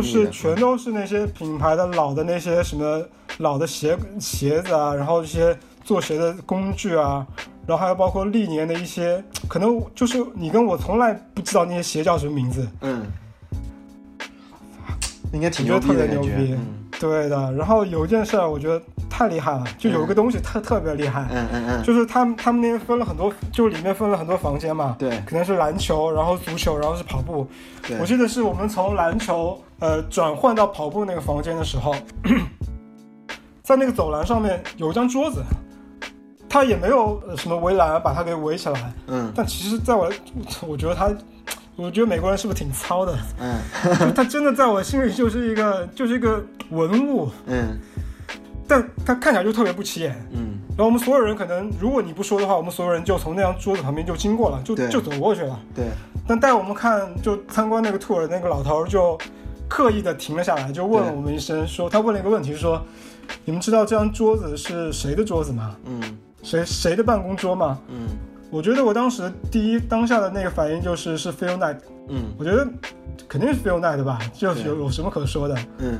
S1: 神秘
S2: 是
S1: 的
S2: 全都是那些品牌的老的那些什么老的鞋鞋子啊，然后一些做鞋的工具啊，然后还有包括历年的一些，可能就是你跟我从来不知道那些鞋叫什么名字，
S1: 嗯，应该挺牛逼的感
S2: 我觉得特别牛逼
S1: 觉，嗯
S2: 对的。然后有一件事儿我觉得太厉害了，就有一个东西特特别厉害，
S1: 嗯嗯嗯，
S2: 就是他们他们那边分了很多，就里面分了很多房间嘛，
S1: 对
S2: 可能是篮球，然后足球，然后是跑步。
S1: 对
S2: 我，记得是我们从篮球呃转换到跑步那个房间的时候， 在那个走廊上面有一张桌子，它也没有呃什么围栏把它给围起来，
S1: 嗯
S2: 但其实在我我觉得他。我觉得美国人是不是挺 糙的？
S1: 嗯
S2: 就他真的在我心里就是一个就是一个文物，
S1: 嗯
S2: 但他看起来就特别不起眼。
S1: 嗯，
S2: 然后我们所有人可能，如果你不说的话，我们所有人就从那张桌子旁边就经过了，就
S1: 对
S2: 就走过去了。
S1: 对，
S2: 但带我们看就参观那个 tour 的那个老头儿就刻意的停了下来，就问了我们一声，说他问了一个问题，说你们知道这张桌子是谁的桌子吗？
S1: 嗯
S2: 谁谁的办公桌吗？
S1: 嗯
S2: 我觉得我当时第一当下的那个反应就是是 Phil Knight，
S1: 嗯
S2: 我觉得肯定是 Phil Knight 吧，就
S1: 对
S2: 有有什么可说的。
S1: 嗯，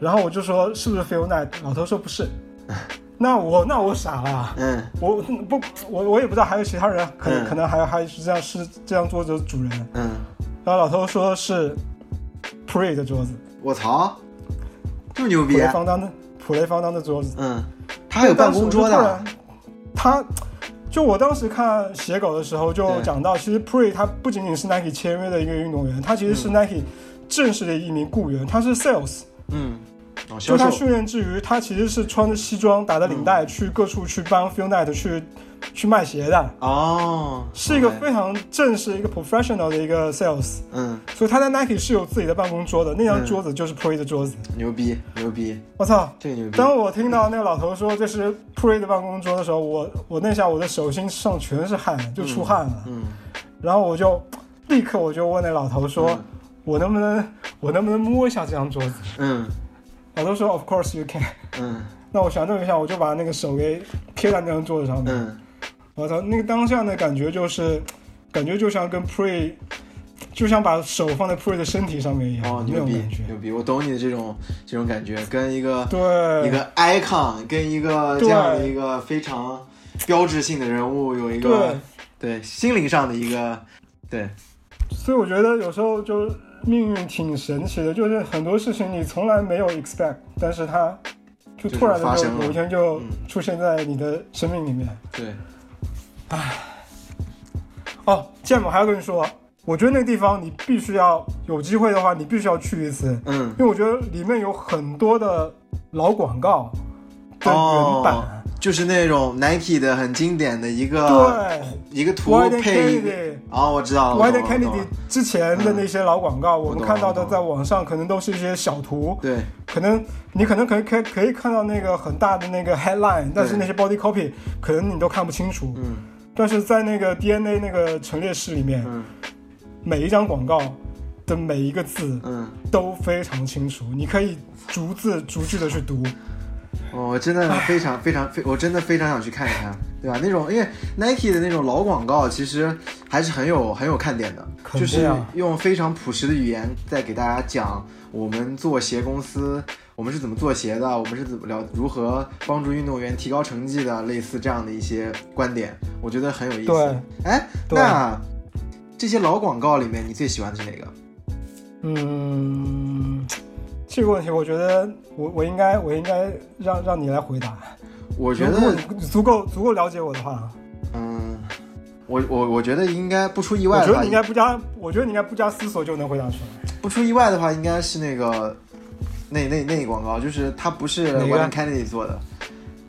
S2: 然后我就说是不是 Phil Knight？老头说 不是。那我那我傻了，
S1: 嗯
S2: 我不我我也不知道还有其他人，可
S1: 嗯
S2: 能、可能还有还是这样是这张桌子的主人。啊
S1: 嗯，
S2: 然后老头说是 Pre 的桌子，
S1: 我操，这么牛
S2: 普
S1: 逼啊
S2: 雷！方当的普雷方当的桌子。
S1: 嗯，他还有办公桌的，啊
S2: 但是我就突然。他就我当时看写稿的时候就
S1: 对
S2: 讲到，其实 Pre 他不仅仅是 Nike 签约的一个运动员，他其实是 Nike 正式的一名雇员，他是 sales，
S1: 嗯，哦，销
S2: 就
S1: 售，
S2: 他
S1: 嗯
S2: 训练之余，他其实是穿着西装打着领带、去各处去帮 Phil Knight 去去卖鞋的，
S1: 哦，
S2: 是一个
S1: OK
S2: 非常正式、一个 professional 的一个 sales，
S1: 嗯，
S2: 所以他在 Nike 是有自己的办公桌的，那张
S1: 嗯
S2: 桌子就是 Pre 的桌子。
S1: 牛逼牛逼，
S2: 我操！
S1: 这个牛逼，
S2: 当我听到那个老头说这是 Pre 的办公桌的时候，我我那下我的手心上全是汗，就出汗了。
S1: 嗯
S2: 然后我就立刻我就问那老头说，
S1: 嗯
S2: 我能不能我能不能摸一下这张桌子？
S1: 嗯
S2: 老头说 Of course you can。
S1: 嗯
S2: 那我想弄一下，我就把那个手给贴在那张桌子上面。
S1: 嗯
S2: 我操，那个当下的感觉就是，感觉就像跟 Pre，就像把手放在 Pre 的身体上面一样，
S1: 哦，
S2: 那
S1: 牛
S2: 种
S1: 逼
S2: 感觉。
S1: 牛逼，我懂你的这种这种感觉，跟一个
S2: 对，
S1: 一个 icon，跟一个这
S2: 对
S1: 样的一个非常标志性的人物有一个
S2: 对
S1: 对心灵上的一个对，
S2: 所以我觉得有时候就是命运挺神奇的，就是很多事情你从来没有 expect，但是它就突然
S1: 就是发
S2: 的
S1: 生
S2: 就
S1: 了
S2: 有一天就
S1: 嗯
S2: 出现在你的生命里面。
S1: 对，
S2: 哦，建某还要跟你说，我觉得那个地方你必须要有机会的话，你必须要去一次，
S1: 嗯
S2: 因，为我觉得里面有很多的老广告的原版。
S1: 哦，啊就是那种 Nike 的很经典的一个
S2: 对
S1: 一个图
S2: Widen
S1: 配一个
S2: Kennedy，
S1: 哦，我知道了，
S2: w
S1: 我
S2: i d
S1: 懂
S2: e
S1: 了，我懂
S2: Kennedy
S1: 了
S2: 之前的那些老广告，
S1: 我
S2: 我
S1: 懂
S2: 们
S1: 了
S2: 看到
S1: 我
S2: 的
S1: 懂了
S2: 在网上可能都是一些小图，
S1: 对，
S2: 可能你可能可以可以可以看到那个很大的那个 headline，但是那些 body copy 可能你都看不清楚。
S1: 嗯
S2: 但是在那个 DNA 那个陈列室里面，
S1: 嗯
S2: 每一张广告的每一个字
S1: 嗯，
S2: 都非常清楚，你可以逐字逐句的去读。
S1: 哦我真 的非常非常非，我真的非常想去看一看，对吧？那种因为 Nike 的那种老广告，其实还是很有很有看点的，
S2: 肯定啊
S1: 就是用非常朴实的语言在给大家讲我们做鞋公司。我们是怎么做鞋的？我们是怎么了如何帮助运动员提高成绩的？类似这样的一些观点，我觉得很有意思。
S2: 对，
S1: 哎，
S2: 对
S1: 那这些老广告里面，你最喜欢的是哪个？
S2: 嗯，这个问题我觉得我我应该我应该让让你来回答。
S1: 我
S2: 我
S1: 觉
S2: 如果
S1: 得，
S2: 你足够足够了解我的话，
S1: 嗯，我我我觉得应该不出意
S2: 我
S1: 外
S2: 觉
S1: 的
S2: 得
S1: 话
S2: 你应，该不加，我觉得你应该不加思索就能回答出来。
S1: 不出意外的话，应该是那个那那那广告，就是它不是
S2: 哪个
S1: Warren Kennedy 做的，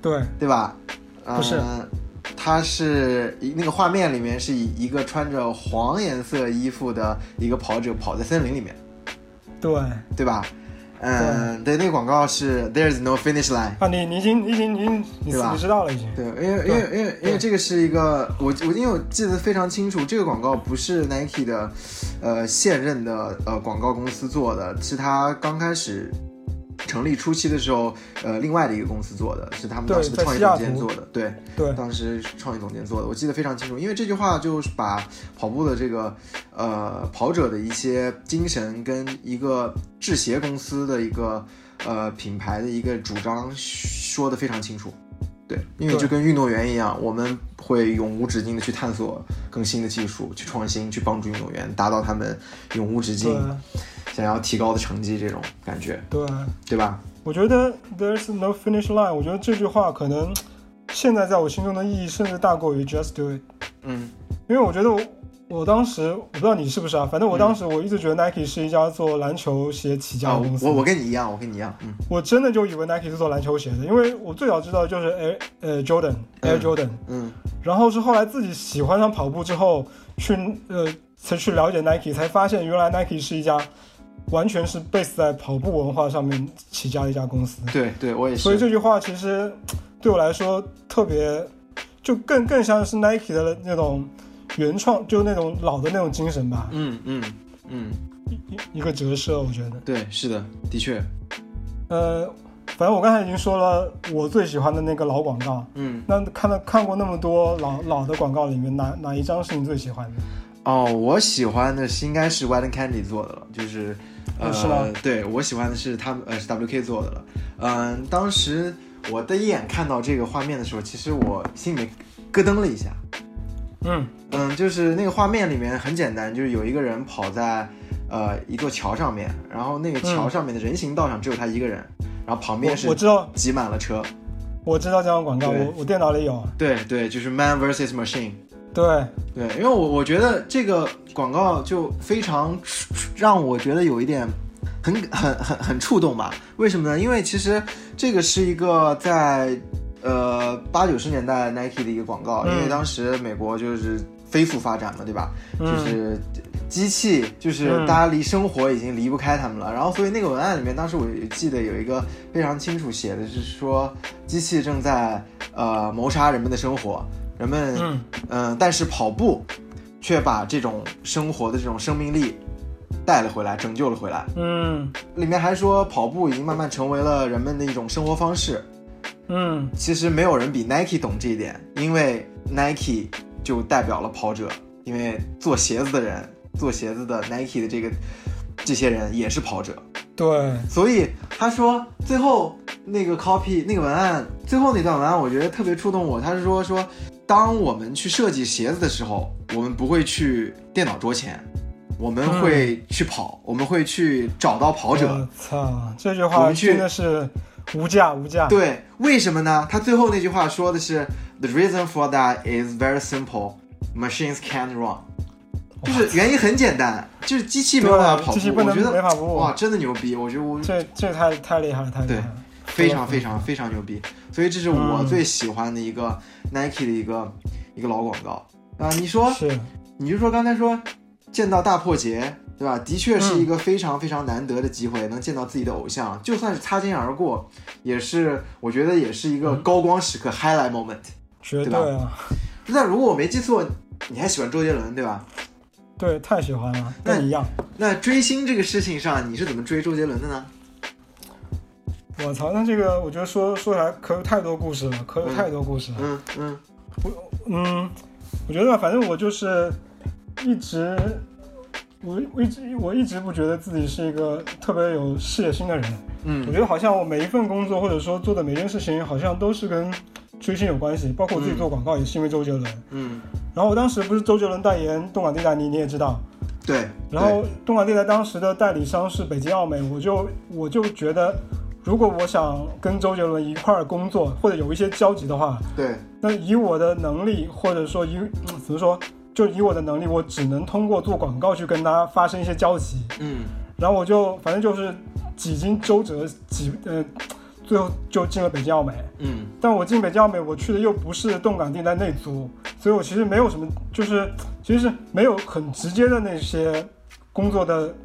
S2: 对，
S1: 对吧？嗯、
S2: 不是
S1: 它是呃那个画面里面是以一个穿着黄颜色衣服的一个跑者跑在森林里面，
S2: 对
S1: 对吧？嗯，对，那个广告是 There's no finish line。
S2: 啊，你你已经你已经你已经你
S1: 对吧
S2: 你知道了已经。
S1: 对，因为因为因为因为这个是一个我我因为我记得非常清楚，这个广告不是 Nike 的，呃，现任的呃广告公司做的，是他刚开始成立初期的时候，呃，另外的一个公司做的，是他们
S2: 对
S1: 当时的
S2: 在
S1: 创意
S2: 西雅
S1: 总监
S2: 图
S1: 做的，对，
S2: 对
S1: 当时创意总监做的，我记得非常清楚，因为这句话就是把跑步的这个呃跑者的一些精神跟一个制鞋公司的一个呃品牌的一个主张说的非常清楚。对，因为
S2: 对
S1: 就跟运动员一样，我们会永无止境的去探索更新的技术，去创新，去帮助运动员达到他们永无止境
S2: 对
S1: 想要提高的成绩，这种感觉，
S2: 对，
S1: 对吧？
S2: 我觉得 there's no finish line，我觉得这句话可能现在在我心中的意义甚至大过于 just do it，
S1: 嗯
S2: 因为我觉得我我当时我不知道你是不是啊，反
S1: 嗯
S2: 正我当时我一直觉得 Nike 是一家做篮球鞋起家
S1: 啊，
S2: 的公司，
S1: 我我跟你一样，我跟你一样，嗯
S2: 我真的就以为 Nike 是做篮球鞋的，因为我最早知道就是 Air 呃 Jordan Air
S1: 嗯
S2: Jordan，、
S1: 嗯
S2: 然后是后来自己喜欢上跑步之后去呃才去了解 Nike，才发现原来 Nike 是一家完全是 base 在跑步文化上面起家的一家公司。
S1: 对对，我也是，
S2: 嗯所以这句话其实对我来说特别，就更更像是 Nike 的那种原创，就那种老的那种精神吧。
S1: 嗯嗯嗯，
S2: 一个折射，我觉得。
S1: 对，是的，的确，
S2: 呃，反正我刚才已经说了，我最喜欢的那个老广告。
S1: 嗯，
S2: 那看到看过那么多老老的广告里面，哪哪一张是你最喜欢的？
S1: 哦，我喜欢的是应该是 Wet n Candy 做的了，就是，呃，
S2: 哦是吗
S1: 对我喜欢的是他们呃是 WK 做的了。嗯、当时我的一眼看到这个画面的时候，其实我心里面咯噔了一下。
S2: 嗯
S1: 嗯，就是那个画面里面很简单，就是有一个人跑在呃一座桥上面，然后那个桥上面的人行道上只有他一个人，然后旁边
S2: 嗯我
S1: 是
S2: 我知道，
S1: 挤满了车。
S2: 我知道这张广告，
S1: 对
S2: 我我电脑里有。
S1: 对对，就是 Man vs Machine。
S2: 对，
S1: 对，因为我我觉得这个广告就非常让我觉得有一点很很很很触动吧？为什么呢？因为其实这个是一个在呃八九十年代 Nike 的一个广告，
S2: 嗯
S1: 因为当时美国就是飞速发展嘛，对吧？
S2: 嗯
S1: 就是机器，就是
S2: 嗯
S1: 大家离生活已经离不开他们了。然后，所以那个文案里面，当时我记得有一个非常清楚写的是说，机器正在呃谋杀人们的生活，人们
S2: 嗯
S1: 嗯，但是跑步却把这种生活的这种生命力带了回来，拯救了回来。
S2: 嗯
S1: 里面还说，跑步已经慢慢成为了人们的一种生活方式。
S2: 嗯，
S1: 其实没有人比 Nike 懂这一点，因为 Nike 就代表了跑者，因为做鞋子的人，做鞋子的 Nike 的这个这些人也是跑者。
S2: 对，
S1: 所以他说最后那个 copy 那个文案，最后那段文案，我觉得特别触动我。他是说说，当我们去设计鞋子的时候，我们不会去电脑桌前，我们会去跑，我们会去找到跑者。
S2: 我操，这句
S1: 我
S2: 话
S1: 们去
S2: 真的是无价无价。
S1: 对，为什么呢？他最后那句话说的是，The reason for that is very simple. Machines can't run，就是原因很简单，就是机器没有办法跑步。
S2: 对啊机器不能
S1: 我觉得
S2: 没法跑步
S1: 哇，真的牛逼！我觉得我
S2: 这这太太厉害了，太厉害了。
S1: 非常非常非常牛逼，所以这是我
S2: 嗯
S1: 最喜欢的一个 Nike 的一个一个老广告啊、你说，
S2: 是，
S1: 你就说刚才说见到大破节，对吧？的确
S2: 嗯
S1: 是一个非常非常难得的机会，能见到自己的偶像，就算是擦肩而过，也是我觉得也是一个
S2: 嗯
S1: 高光时刻、highlight moment。
S2: 绝
S1: 对
S2: 对
S1: 吧
S2: 啊，
S1: 那如果我没记错，你还喜欢周杰伦，对吧？
S2: 对，太喜欢了，
S1: 那
S2: 跟你一样。
S1: 那追星这个事情上，你是怎么追周杰伦的呢？
S2: 我操，那这个我觉得说说起来可有太多故事了，可有
S1: 嗯
S2: 太多故事了。
S1: 嗯嗯
S2: 嗯，我觉得反正我就是一直，我我一直我一直不觉得自己是一个特别有事业心的人。我
S1: 嗯
S2: 觉得好像我每一份工作或者说做的每件事情，好像都是跟追星有关系。包括我自己
S1: 嗯
S2: 做广告也是因为周杰伦。
S1: 嗯，
S2: 然后我当时不是周杰伦代言动感地带你，你也知道。
S1: 对。
S2: 然后动感地带当时的代理商是北京奥美，我就我就觉得，如果我想跟周杰伦一块儿工作或者有一些交集的话，
S1: 对
S2: 那以我的能力或者说以、嗯怎么说，就以我的能力，我只能通过做广告去跟他发生一些交集。
S1: 对，嗯
S2: 然后我就反正就是几经周折，几呃，最后就进了北京奥美。
S1: 嗯
S2: 但我进北京奥美，我去的又不是动感地带内租，所以我其实没有什么，就是其实没有很直接的那些工作的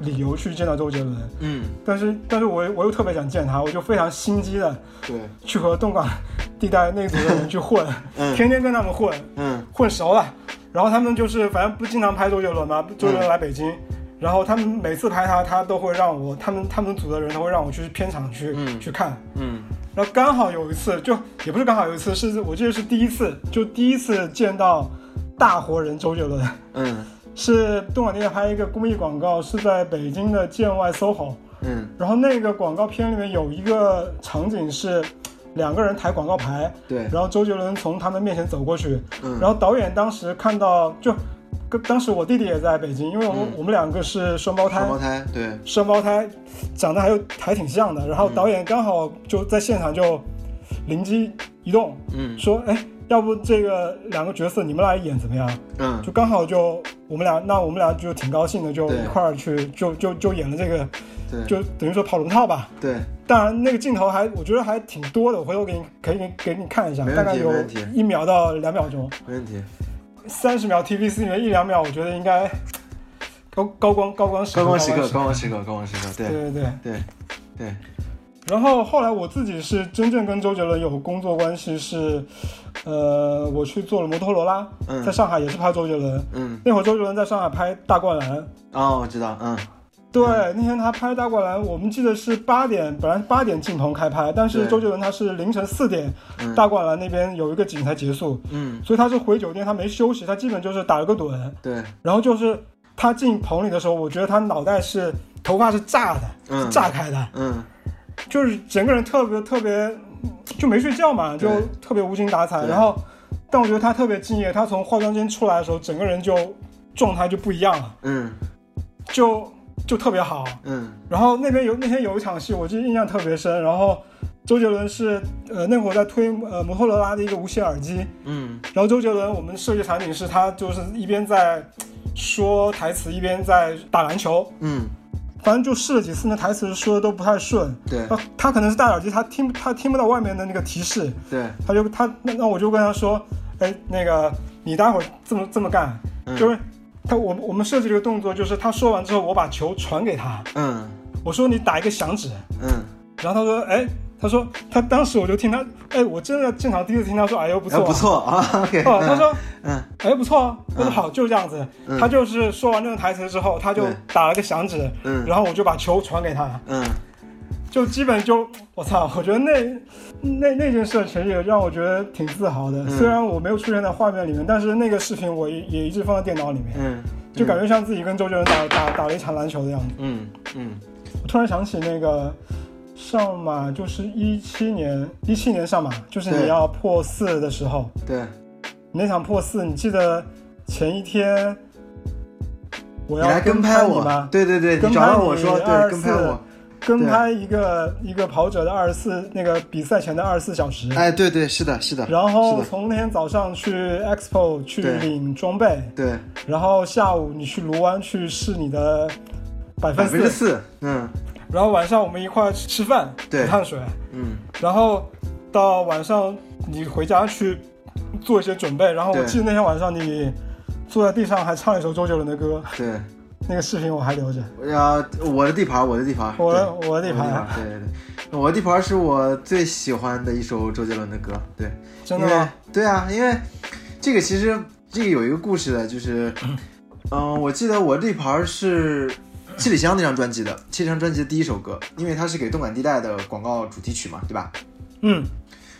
S2: 理由去见到周杰伦。
S1: 嗯，
S2: 但是，但是我我又特别想见他，我就非常心机的
S1: 对，
S2: 去和动感 地带内组的人去混，
S1: 嗯
S2: 天天跟他们混，
S1: 嗯。
S2: 混熟了。然后他们就是反正不经常拍周杰伦嘛，
S1: 嗯
S2: 周杰伦来北京，然后他们每次拍他，他都会让我他们他们组的人都会让我去片场去、
S1: 嗯
S2: 去看。
S1: 嗯
S2: 然后刚好有一次，就也不是刚好有一次，是我记得是第一次，就第一次见到大活人周杰伦，
S1: 嗯
S2: 是动感地带拍一个公益广告，是在北京的建外 SOHO。
S1: 嗯，
S2: 然后那个广告片里面有一个场景是两个人抬广告牌，
S1: 对，
S2: 然后周杰伦从他们面前走过去，
S1: 嗯，
S2: 然后导演当时看到，就跟当时我弟弟也在北京，因为我们、
S1: 嗯
S2: 我们两个是双胞胎
S1: 双，胞胎，对，
S2: 双胞胎长得还有还挺像的。然后
S1: 嗯
S2: 导演刚好就在现场就灵机一动，
S1: 嗯
S2: 说：“哎，要不这个两个角色你们来演怎么样？”
S1: 嗯
S2: 就刚好就我们俩，那我们俩就挺高兴的，就
S1: 对
S2: 一块儿去就就就演了这个，
S1: 对，
S2: 就等于说跑龙套吧。
S1: 对，
S2: 当然，那个镜头还我觉得还挺多的，我回头给你可以给你给你看一下，
S1: 没问
S2: 大概
S1: 题
S2: 有
S1: 没问题
S2: 一秒到两秒钟。
S1: 没问题。
S2: 三十秒 TVC 里面一两秒，我觉得应该高高光高光时刻
S1: 高光时刻，高光时刻，高光时刻，
S2: 对
S1: 对
S2: 对对，
S1: 对对，
S2: 然后后来我自己是真正跟周杰伦有工作关系是，呃，我去做了摩托罗拉，
S1: 嗯
S2: 在上海也是拍周杰伦。
S1: 嗯，
S2: 那会儿周杰伦在上海拍《大灌篮》，
S1: 哦，我知道，嗯
S2: 对，那天他拍《大灌篮》，我们记得是八点，本来是八点进棚开拍，但是
S1: 对
S2: 周杰伦他是凌晨四点，
S1: 嗯
S2: 大灌篮那边有一个景才结束，
S1: 嗯，
S2: 所以他是回酒店，他没休息，他基本就是打了个盹，
S1: 对，
S2: 然后就是他进棚里的时候，我觉得他脑袋是头发是炸的，
S1: 嗯
S2: 是炸开的，
S1: 嗯，
S2: 就是整个人特别特别就没睡觉嘛，就
S1: 对
S2: 特别无精打采。
S1: 对
S2: 然后，但我觉得他特别敬业，他从化妆间出来的时候，整个人就状态就不一样了，
S1: 嗯
S2: 就就特别好。
S1: 嗯
S2: 然后那边有那天有一场戏，我记得印象特别深。然后周杰伦是呃那会儿在推呃摩托罗拉的一个无线耳机，
S1: 嗯
S2: 然后周杰伦我们设计产品是他就是一边在说台词，一边在打篮球。
S1: 嗯，
S2: 反正就试了几次，那台词说的都不太顺。
S1: 对
S2: 他他可能是戴耳机，他听他听不到外面的那个提示，
S1: 对，
S2: 他就他那那我就跟他说，哎，那个你待会儿这么这么干，
S1: 嗯
S2: 就是他我我们设计这个动作，就是他说完之后，我把球传给他，
S1: 嗯
S2: 我说你打一个响指，
S1: 嗯，
S2: 然后他说，哎，他说他当时我就听他，哎，我真的现场第一次听他说，哎呦不
S1: 不
S2: 错、啊，
S1: 不错啊，OK，
S2: 哦，他
S1: 嗯
S2: 说。
S1: 嗯
S2: 哎，不错哦，我
S1: 嗯
S2: 说好，就这样子。
S1: 嗯
S2: 他就是说完那个台词之后，他就
S1: 对
S2: 打了个响指，
S1: 嗯
S2: 然后我就把球传给他。
S1: 嗯
S2: 就基本就我操，我觉得那那那件事其实也让我觉得挺自豪的。
S1: 嗯
S2: 虽然我没有出现在画面里面，但是那个视频我也也一直放在电脑里面，
S1: 嗯，
S2: 就感觉像自己跟周杰伦打打打了一场篮球的样子。
S1: 嗯嗯
S2: 我突然想起那个上马，就是一七年一七年上马，就是你
S1: 对
S2: 要破四的时候，
S1: 嗯，对，
S2: 你那场破四，你记得前一天我
S1: 你
S2: 要
S1: 来跟
S2: 拍
S1: 拍
S2: 你
S1: 我
S2: 吗，？
S1: 对对对，
S2: 跟
S1: 你找
S2: 拍
S1: 到我
S2: 你
S1: 说，对，
S2: 二
S1: 跟拍
S2: 四
S1: 我，
S2: 跟
S1: 对
S2: 拍一个一个跑者的二十四那个比赛前的二十四小时，
S1: 哎，对对，是的，是的，
S2: 然后
S1: 是的，
S2: 从那天早上去 Expo 去
S1: 对
S2: 领装备，
S1: 对，
S2: 然后下午你去卢湾去试你的百
S1: 百
S2: 分
S1: 分之
S2: 之，
S1: 四，嗯
S2: 然后晚上我们一块吃吃饭
S1: 对
S2: 喝碳水，
S1: 嗯，
S2: 然后到晚上你回家去做一些准备，然后我
S1: 对
S2: 记得那天晚上你坐在地上还唱了一首周杰伦的歌，
S1: 对。
S2: 那个视频我还留着。
S1: 啊，我的地盘，我的地盘，
S2: 我
S1: 对
S2: 我
S1: 我
S2: 的地
S1: 地
S2: 盘啊
S1: 盘，对对对，我的地盘是我最喜欢的一首周杰伦的歌，对，
S2: 真的
S1: 因为
S2: 吗？
S1: 对啊，因为这个其实这个有一个故事的，就是，嗯、我记得我这盘是七里香那张专辑的，七里香专辑的第一首歌，因为它是给动感地带的广告主题曲嘛，对吧？
S2: 嗯，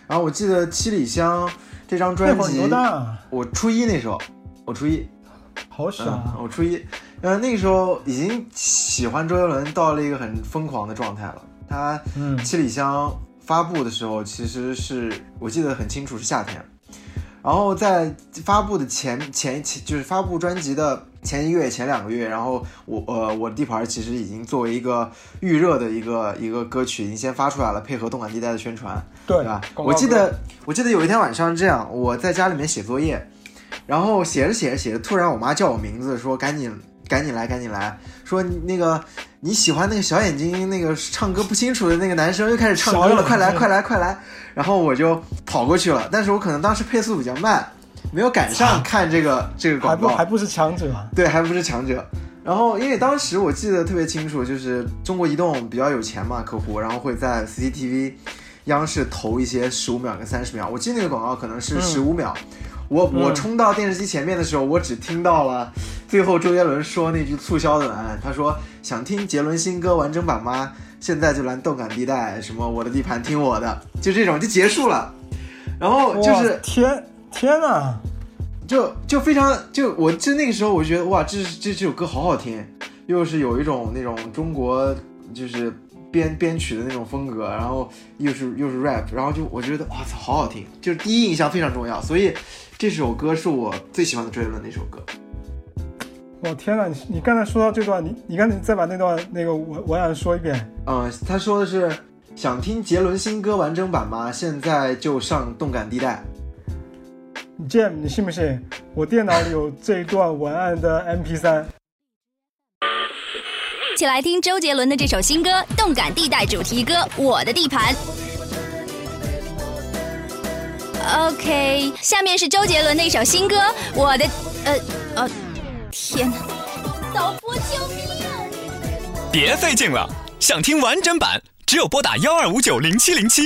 S1: 然后我记得七里香这张
S2: 那
S1: 专
S2: 会儿你
S1: 辑
S2: 多，大啊？
S1: 我初一那时候，我初一，
S2: 好小
S1: 嗯
S2: 啊，！
S1: 我初一，呃，那个时候已经喜欢周杰伦到了一个很疯狂的状态了。他
S2: 嗯
S1: 《七里香》发布的时候，其实是我记得很清楚是夏天，然后在发布的前前前就是发布专辑的前一个月、前两个月，然后我呃我的地盘其实已经作为一个预热的一个一个歌曲已经先发出来了，配合动感地带的宣传，
S2: 对
S1: 对吧？
S2: 广告
S1: 我记
S2: 歌
S1: 得我记得有一天晚上这样，我在家里面写作业，然后写着写着写着，突然我妈叫我名字，说赶紧赶紧来赶紧来，说你那个你喜欢那个小眼睛那个唱歌不清楚的那个男生又开始唱歌
S2: 小眼
S1: 了，
S2: 睛
S1: 快来快来快来！然后我就跑过去了，但是我可能当时配速比较慢，没有赶上看这个这个
S2: 还
S1: 广
S2: 不
S1: 告，
S2: 还不是强者啊？
S1: 对，还不是强者。然后，因为当时我记得特别清楚，就是中国移动比较有钱嘛，客户，然后会在 CCTV、央视投一些十五秒跟三十秒。我记得那个广告可能是
S2: 嗯
S1: 十五秒。我我
S2: 嗯
S1: 冲到电视机前面的时候，我只听到了最后周杰伦说那句促销的晚安，他说想听杰伦新歌完整版吗？现在就来动感地带，什么我的地盘听我的，就这种就结束了。然后 就
S2: 哇
S1: 是
S2: 天天呐，
S1: 就就非常就我就那个时候我就觉得哇，这是这这首歌好好听，又是有一种那种中国就是编编曲的那种风格，然后又是又是 rap，然后就我觉得哇操，好好听，就是第一印象非常重要，所以这首歌是我最喜欢的周杰伦的一首歌。
S2: 我天呐，你你刚才说到这段，你你刚才再把那段那个我我想说一遍。
S1: 嗯，他说的是想听杰伦新歌完整版吗？现在就上动感地带。
S2: 你 Jam，你信不信？我电脑里有这一段文案的 MP3，
S4: 一起来听周杰伦的这首新歌《动感地带》主题歌《我的地盘》。OK，下面是周杰伦的一首新歌《我的》呃呃，天哪！导播救命！啊
S5: 别费劲了，想听完整版，只只有拨打幺二五九零七零七。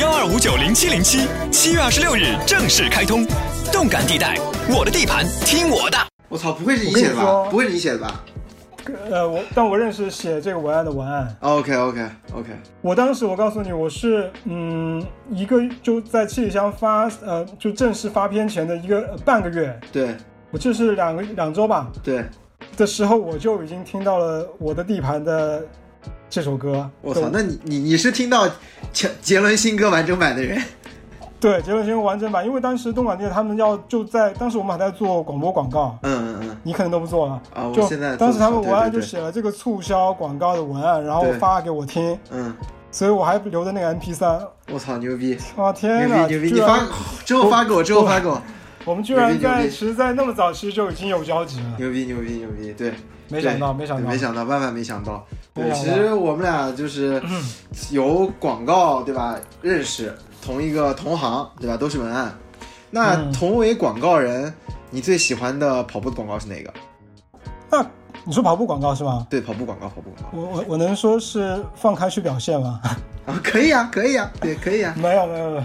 S5: 幺二五九零七零七，七月二十六日正式开通，动感地带，我的地盘，听我的。
S1: 我操，不会是你写的
S2: 我跟你
S1: 吧？
S2: 说
S1: 不会是你写的吧
S2: 呃，我但我认识写这个文案的文案。
S1: ？OK OK OK，
S2: 我当时我告诉你，我是嗯一个就在七里香发呃就正式发片前的一个、呃半个月，
S1: 对
S2: 我这是两个两周吧
S1: 对，
S2: 的时候，我就已经听到了我的地盘的这首歌。
S1: 我操，那你你你是听到杰杰伦新歌完整版的人？
S2: 对杰伦先完整版，因为当时东莞店他们要就在当时我们还在做广播广告，
S1: 嗯嗯嗯，
S2: 你可能都不做了
S1: 啊我
S2: 就
S1: 现在做
S2: 当时他们
S1: 对对
S2: 文案就
S1: 对
S2: 写了这个促销广告的文案，然后
S1: 对
S2: 发给我听，
S1: 嗯，
S2: 所以我还留着那个 MP 3
S1: 我操，牛逼！
S2: 哇
S1: 牛
S2: 天哪！
S1: 逼牛逼！
S2: 居
S1: 你
S2: 然
S1: 发之后发给我，之后发给我，
S2: 我们居然
S1: 牛逼牛
S2: 在
S1: 逼
S2: 其实，在那么早期就已经有交集了，
S1: 牛逼牛逼牛逼！对，
S2: 没想到，
S1: 对
S2: 没想
S1: 对
S2: 到，
S1: 没想到，万万没想到。对，
S2: 没想
S1: 其
S2: 到
S1: 实我们俩就是
S2: 嗯
S1: 由广告对吧认识，同一个同行对吧，都是文案。那
S2: 嗯
S1: 同为广告人，你最喜欢的跑步的广告是哪个？
S2: 那你说跑步广告是吗？
S1: 对，跑步广告，跑步广
S2: 我我我能说是放开去表现吗？
S1: 告啊，可以啊，可以啊，对，可以啊。
S2: 没有没有没有，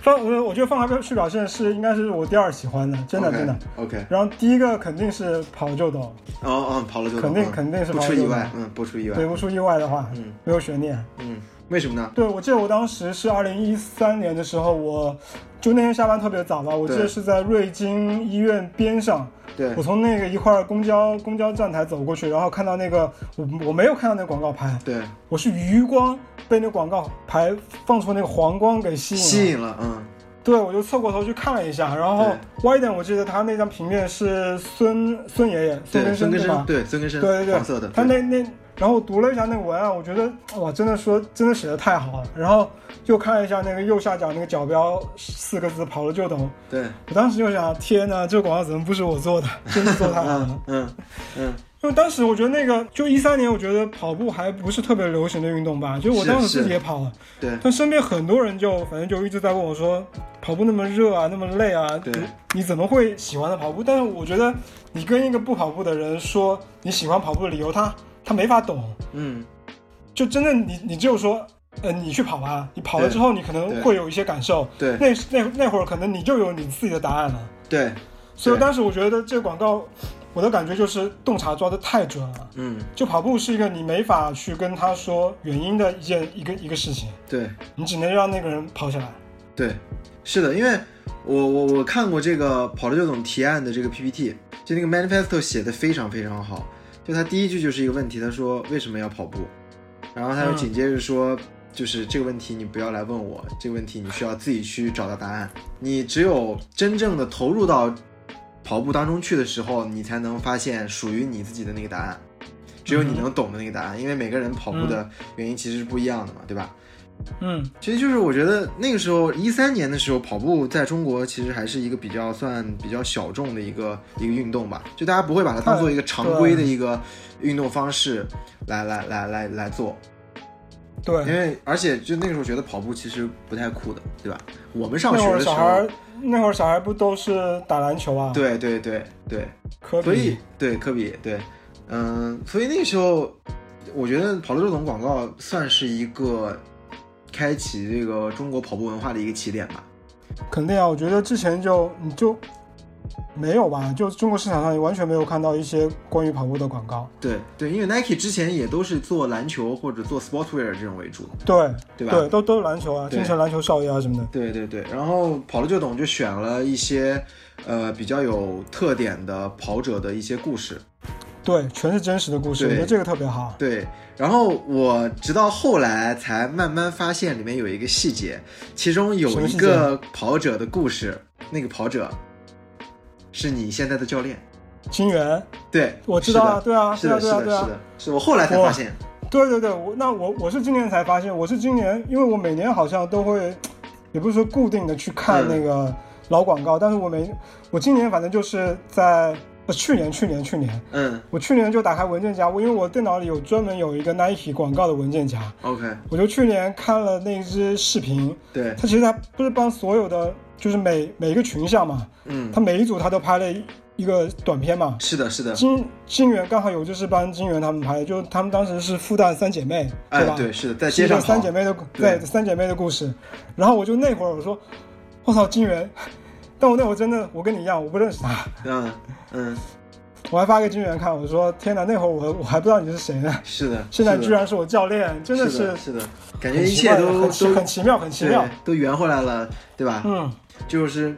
S2: 放我我觉得放开去表现是应该是我第二喜欢的，真的真的。
S1: OK，
S2: 然后第一个肯定是跑就抖，
S1: 哦哦，跑了就
S2: 肯定
S1: 嗯
S2: 肯定是
S1: 不
S2: 跑
S1: 出
S2: 了就
S1: 意外，嗯，不出意外
S2: 对，，不出意外的话，
S1: 嗯
S2: 没有悬念。
S1: 嗯，为什么呢？
S2: 对，我记得我当时是二零一三年的时候，我就那天下班特别早吧，我记得
S1: 对
S2: 是在瑞金医院边上，
S1: 对
S2: 我从那个一块儿公交公交站台走过去，然后看到那个我我没有看到那个广告牌，
S1: 对，
S2: 我是余光被那广告牌放出那个黄光给吸引了。
S1: 吸引了，嗯，
S2: 对，我就侧过头去看了一下，然后歪一点，我记得他那张平面是孙孙爷爷孙
S1: 对，
S2: 根
S1: 孙
S2: 生
S1: 根
S2: 对吧
S1: 生，？对，孙根生，
S2: 对对对，
S1: 黄色的，
S2: 他
S1: 对
S2: 那那，然后我读了一下那个文案，我觉得哇，真的说真的写的太好了。然后又看了一下那个右下角那个角标四个字“跑了就懂
S1: 对，”，
S2: 我当时就想，天哪，这广告怎么不是我做的？真是做太好了
S1: 嗯。嗯嗯，
S2: 因为当时我觉得那个，就一三年，我觉得跑步还不是特别流行的运动吧，就我
S1: 是
S2: 当时自
S1: 是
S2: 己也跑了，
S1: 对
S2: 但身边很多人就反正就一直在问我说，跑步那么热啊，那么累啊，
S1: 对
S2: 你你怎么会喜欢的跑步？但是我觉得你跟一个不跑步的人说你喜欢跑步的理由，他他没法懂。
S1: 嗯，
S2: 就真的你你只有说，呃，你去跑吧，你跑了
S1: 对
S2: 之后你可能
S1: 对
S2: 会有一些感受，
S1: 对
S2: 那那那会儿可能你就有你自己的答案了。
S1: 对，
S2: 所以
S1: 对
S2: 当时我觉得这个广告，我的感觉就是洞察抓的太准了。
S1: 嗯，
S2: 就跑步是一个你没法去跟他说原因的一件一个一个事情，
S1: 对
S2: 你只能让那个人跑起来。
S1: 对，是的，因为我我我看过这个跑了就懂提案的这个 PPT，就那个 manifesto 写的非常非常好，就他第一句就是一个问题，他说为什么要跑步，然后他又
S2: 嗯
S1: 紧接着说。就是这个问题，你不要来问我。这个问题，你需要自己去找到答案。你只有真正的投入到跑步当中去的时候，你才能发现属于你自己的那个答案，只有你能懂的那个答案。因为每个人跑步的原因其实是不一样的嘛，对吧？
S2: 嗯，
S1: 其实就是我觉得那个时候一三年的时候，跑步在中国其实还是一个比较算比较小众的一个一个运动吧，就大家不会把它当做一个常规的一个运动方式来来来来来做，因
S2: 对，
S1: 为而且就那个时候觉得跑步其实不太酷的，对吧？我们上
S2: 那
S1: 学
S2: 会儿
S1: 的时
S2: 小孩
S1: 候
S2: 儿，，那会儿小孩儿不都是打篮球啊？，
S1: 对对对对，
S2: 科
S1: 所以
S2: 比。
S1: 对科比对，嗯，所以那个时候我觉得跑了这种广告算是一个开启这个中国跑步文化的一个起点吧，
S2: 肯定啊，我觉得之前就你就没有吧，就中国市场上也完全没有看到一些关于跑步的广告。
S1: 对对，因为 Nike 之前也都是做篮球或者做 sportswear 这种为主。
S2: 对，
S1: 对吧
S2: 都都是篮球啊，
S1: 对
S2: 金城篮球少爷啊什么的。
S1: 对对对，然后跑了就懂就选了一些，呃，比较有特点的跑者的一些故事。
S2: 对，全是真实的故事，我
S1: 对
S2: 觉得这个特别好。
S1: 对，然后我直到后来才慢慢发现里面有一个细节，其中
S2: 什
S1: 有
S2: 么
S1: 一
S2: 细
S1: 个跑者的故事，那个跑者是你现在的教练。
S2: 金源，
S1: 对，
S2: 我知道啊，对啊，
S1: 是
S2: 对
S1: 的，
S2: 啊，
S1: 是
S2: 对啊，
S1: 的，是
S2: 对
S1: 的，
S2: 啊
S1: 是。的，是我后来才
S2: 哇
S1: 发现。
S2: 对对对，我那我我是今年才发现，我是今年，因为我每年好像都会，也不是说固定的去看
S1: 嗯
S2: 那个老广告，但是我每我今年反正就是在呃去年去年去年，
S1: 嗯
S2: 我去年就打开文件夹，我因为我电脑里有专门有一个 Nike 广告的文件夹，
S1: ，OK，
S2: 我就去年看了那支视频，
S1: 对
S2: 它其实它不是帮所有的就是每每一个群像嘛，
S1: 嗯，
S2: 他每一组他都拍了一个短片嘛。
S1: 是的，是的，
S2: 金金源刚好有就是帮金源他们拍的，就他们当时是复旦三姐妹，
S1: 哎，
S2: 吧？
S1: 对，是的，在
S2: 是一
S1: 街
S2: 个
S1: 上
S2: 三
S1: 跑
S2: 姐妹的
S1: 对
S2: 对三姐妹的故事。然后我就那会儿我说，我操金源， 但我那会儿真的我跟你一样，我不认识他，
S1: 嗯嗯，
S2: 我还发给金源看，我说天哪，那会儿我我还不知道你是谁呢，
S1: 是的，
S2: 现在
S1: 是的
S2: 居然是我教练，真的
S1: 是的是的，感觉
S2: 很
S1: 一
S2: 奇
S1: 切
S2: 怪
S1: 都
S2: 很奇
S1: 都
S2: 很奇妙，很奇妙
S1: 对。都圆回来了，对吧？
S2: 嗯，
S1: 就是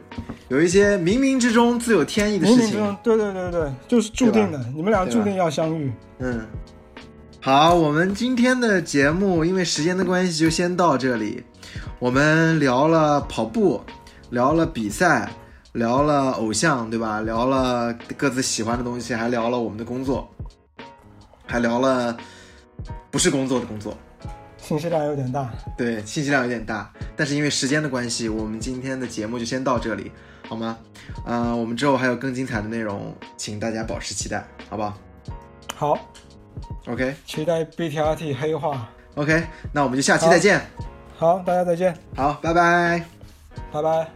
S1: 有一些冥冥之中自有天意的
S2: 冥
S1: 事
S2: 冥之
S1: 情
S2: 中。，对对对对，就是注定的，你们俩
S1: 对吧
S2: 注定要相遇。
S1: 嗯，好，我们今天的节目因为时间的关系就先到这里。我们聊了跑步，聊了比赛，聊了偶像，对吧？聊了各自喜欢的东西，还聊了我们的工作，还聊了不是工作的工作。
S2: 信息量有点大，
S1: 对，信息量有点大，但是因为时间的关系，我们今天的节目就先到这里，好吗？呃，我们之后还有更精彩的内容，请大家保持期待，好不好
S2: 好，
S1: ？OK
S2: 期待 BTRT 黑化。
S1: OK，那我们就下期再见。
S2: 好，大家再见，
S1: 好，拜拜。
S2: 拜拜。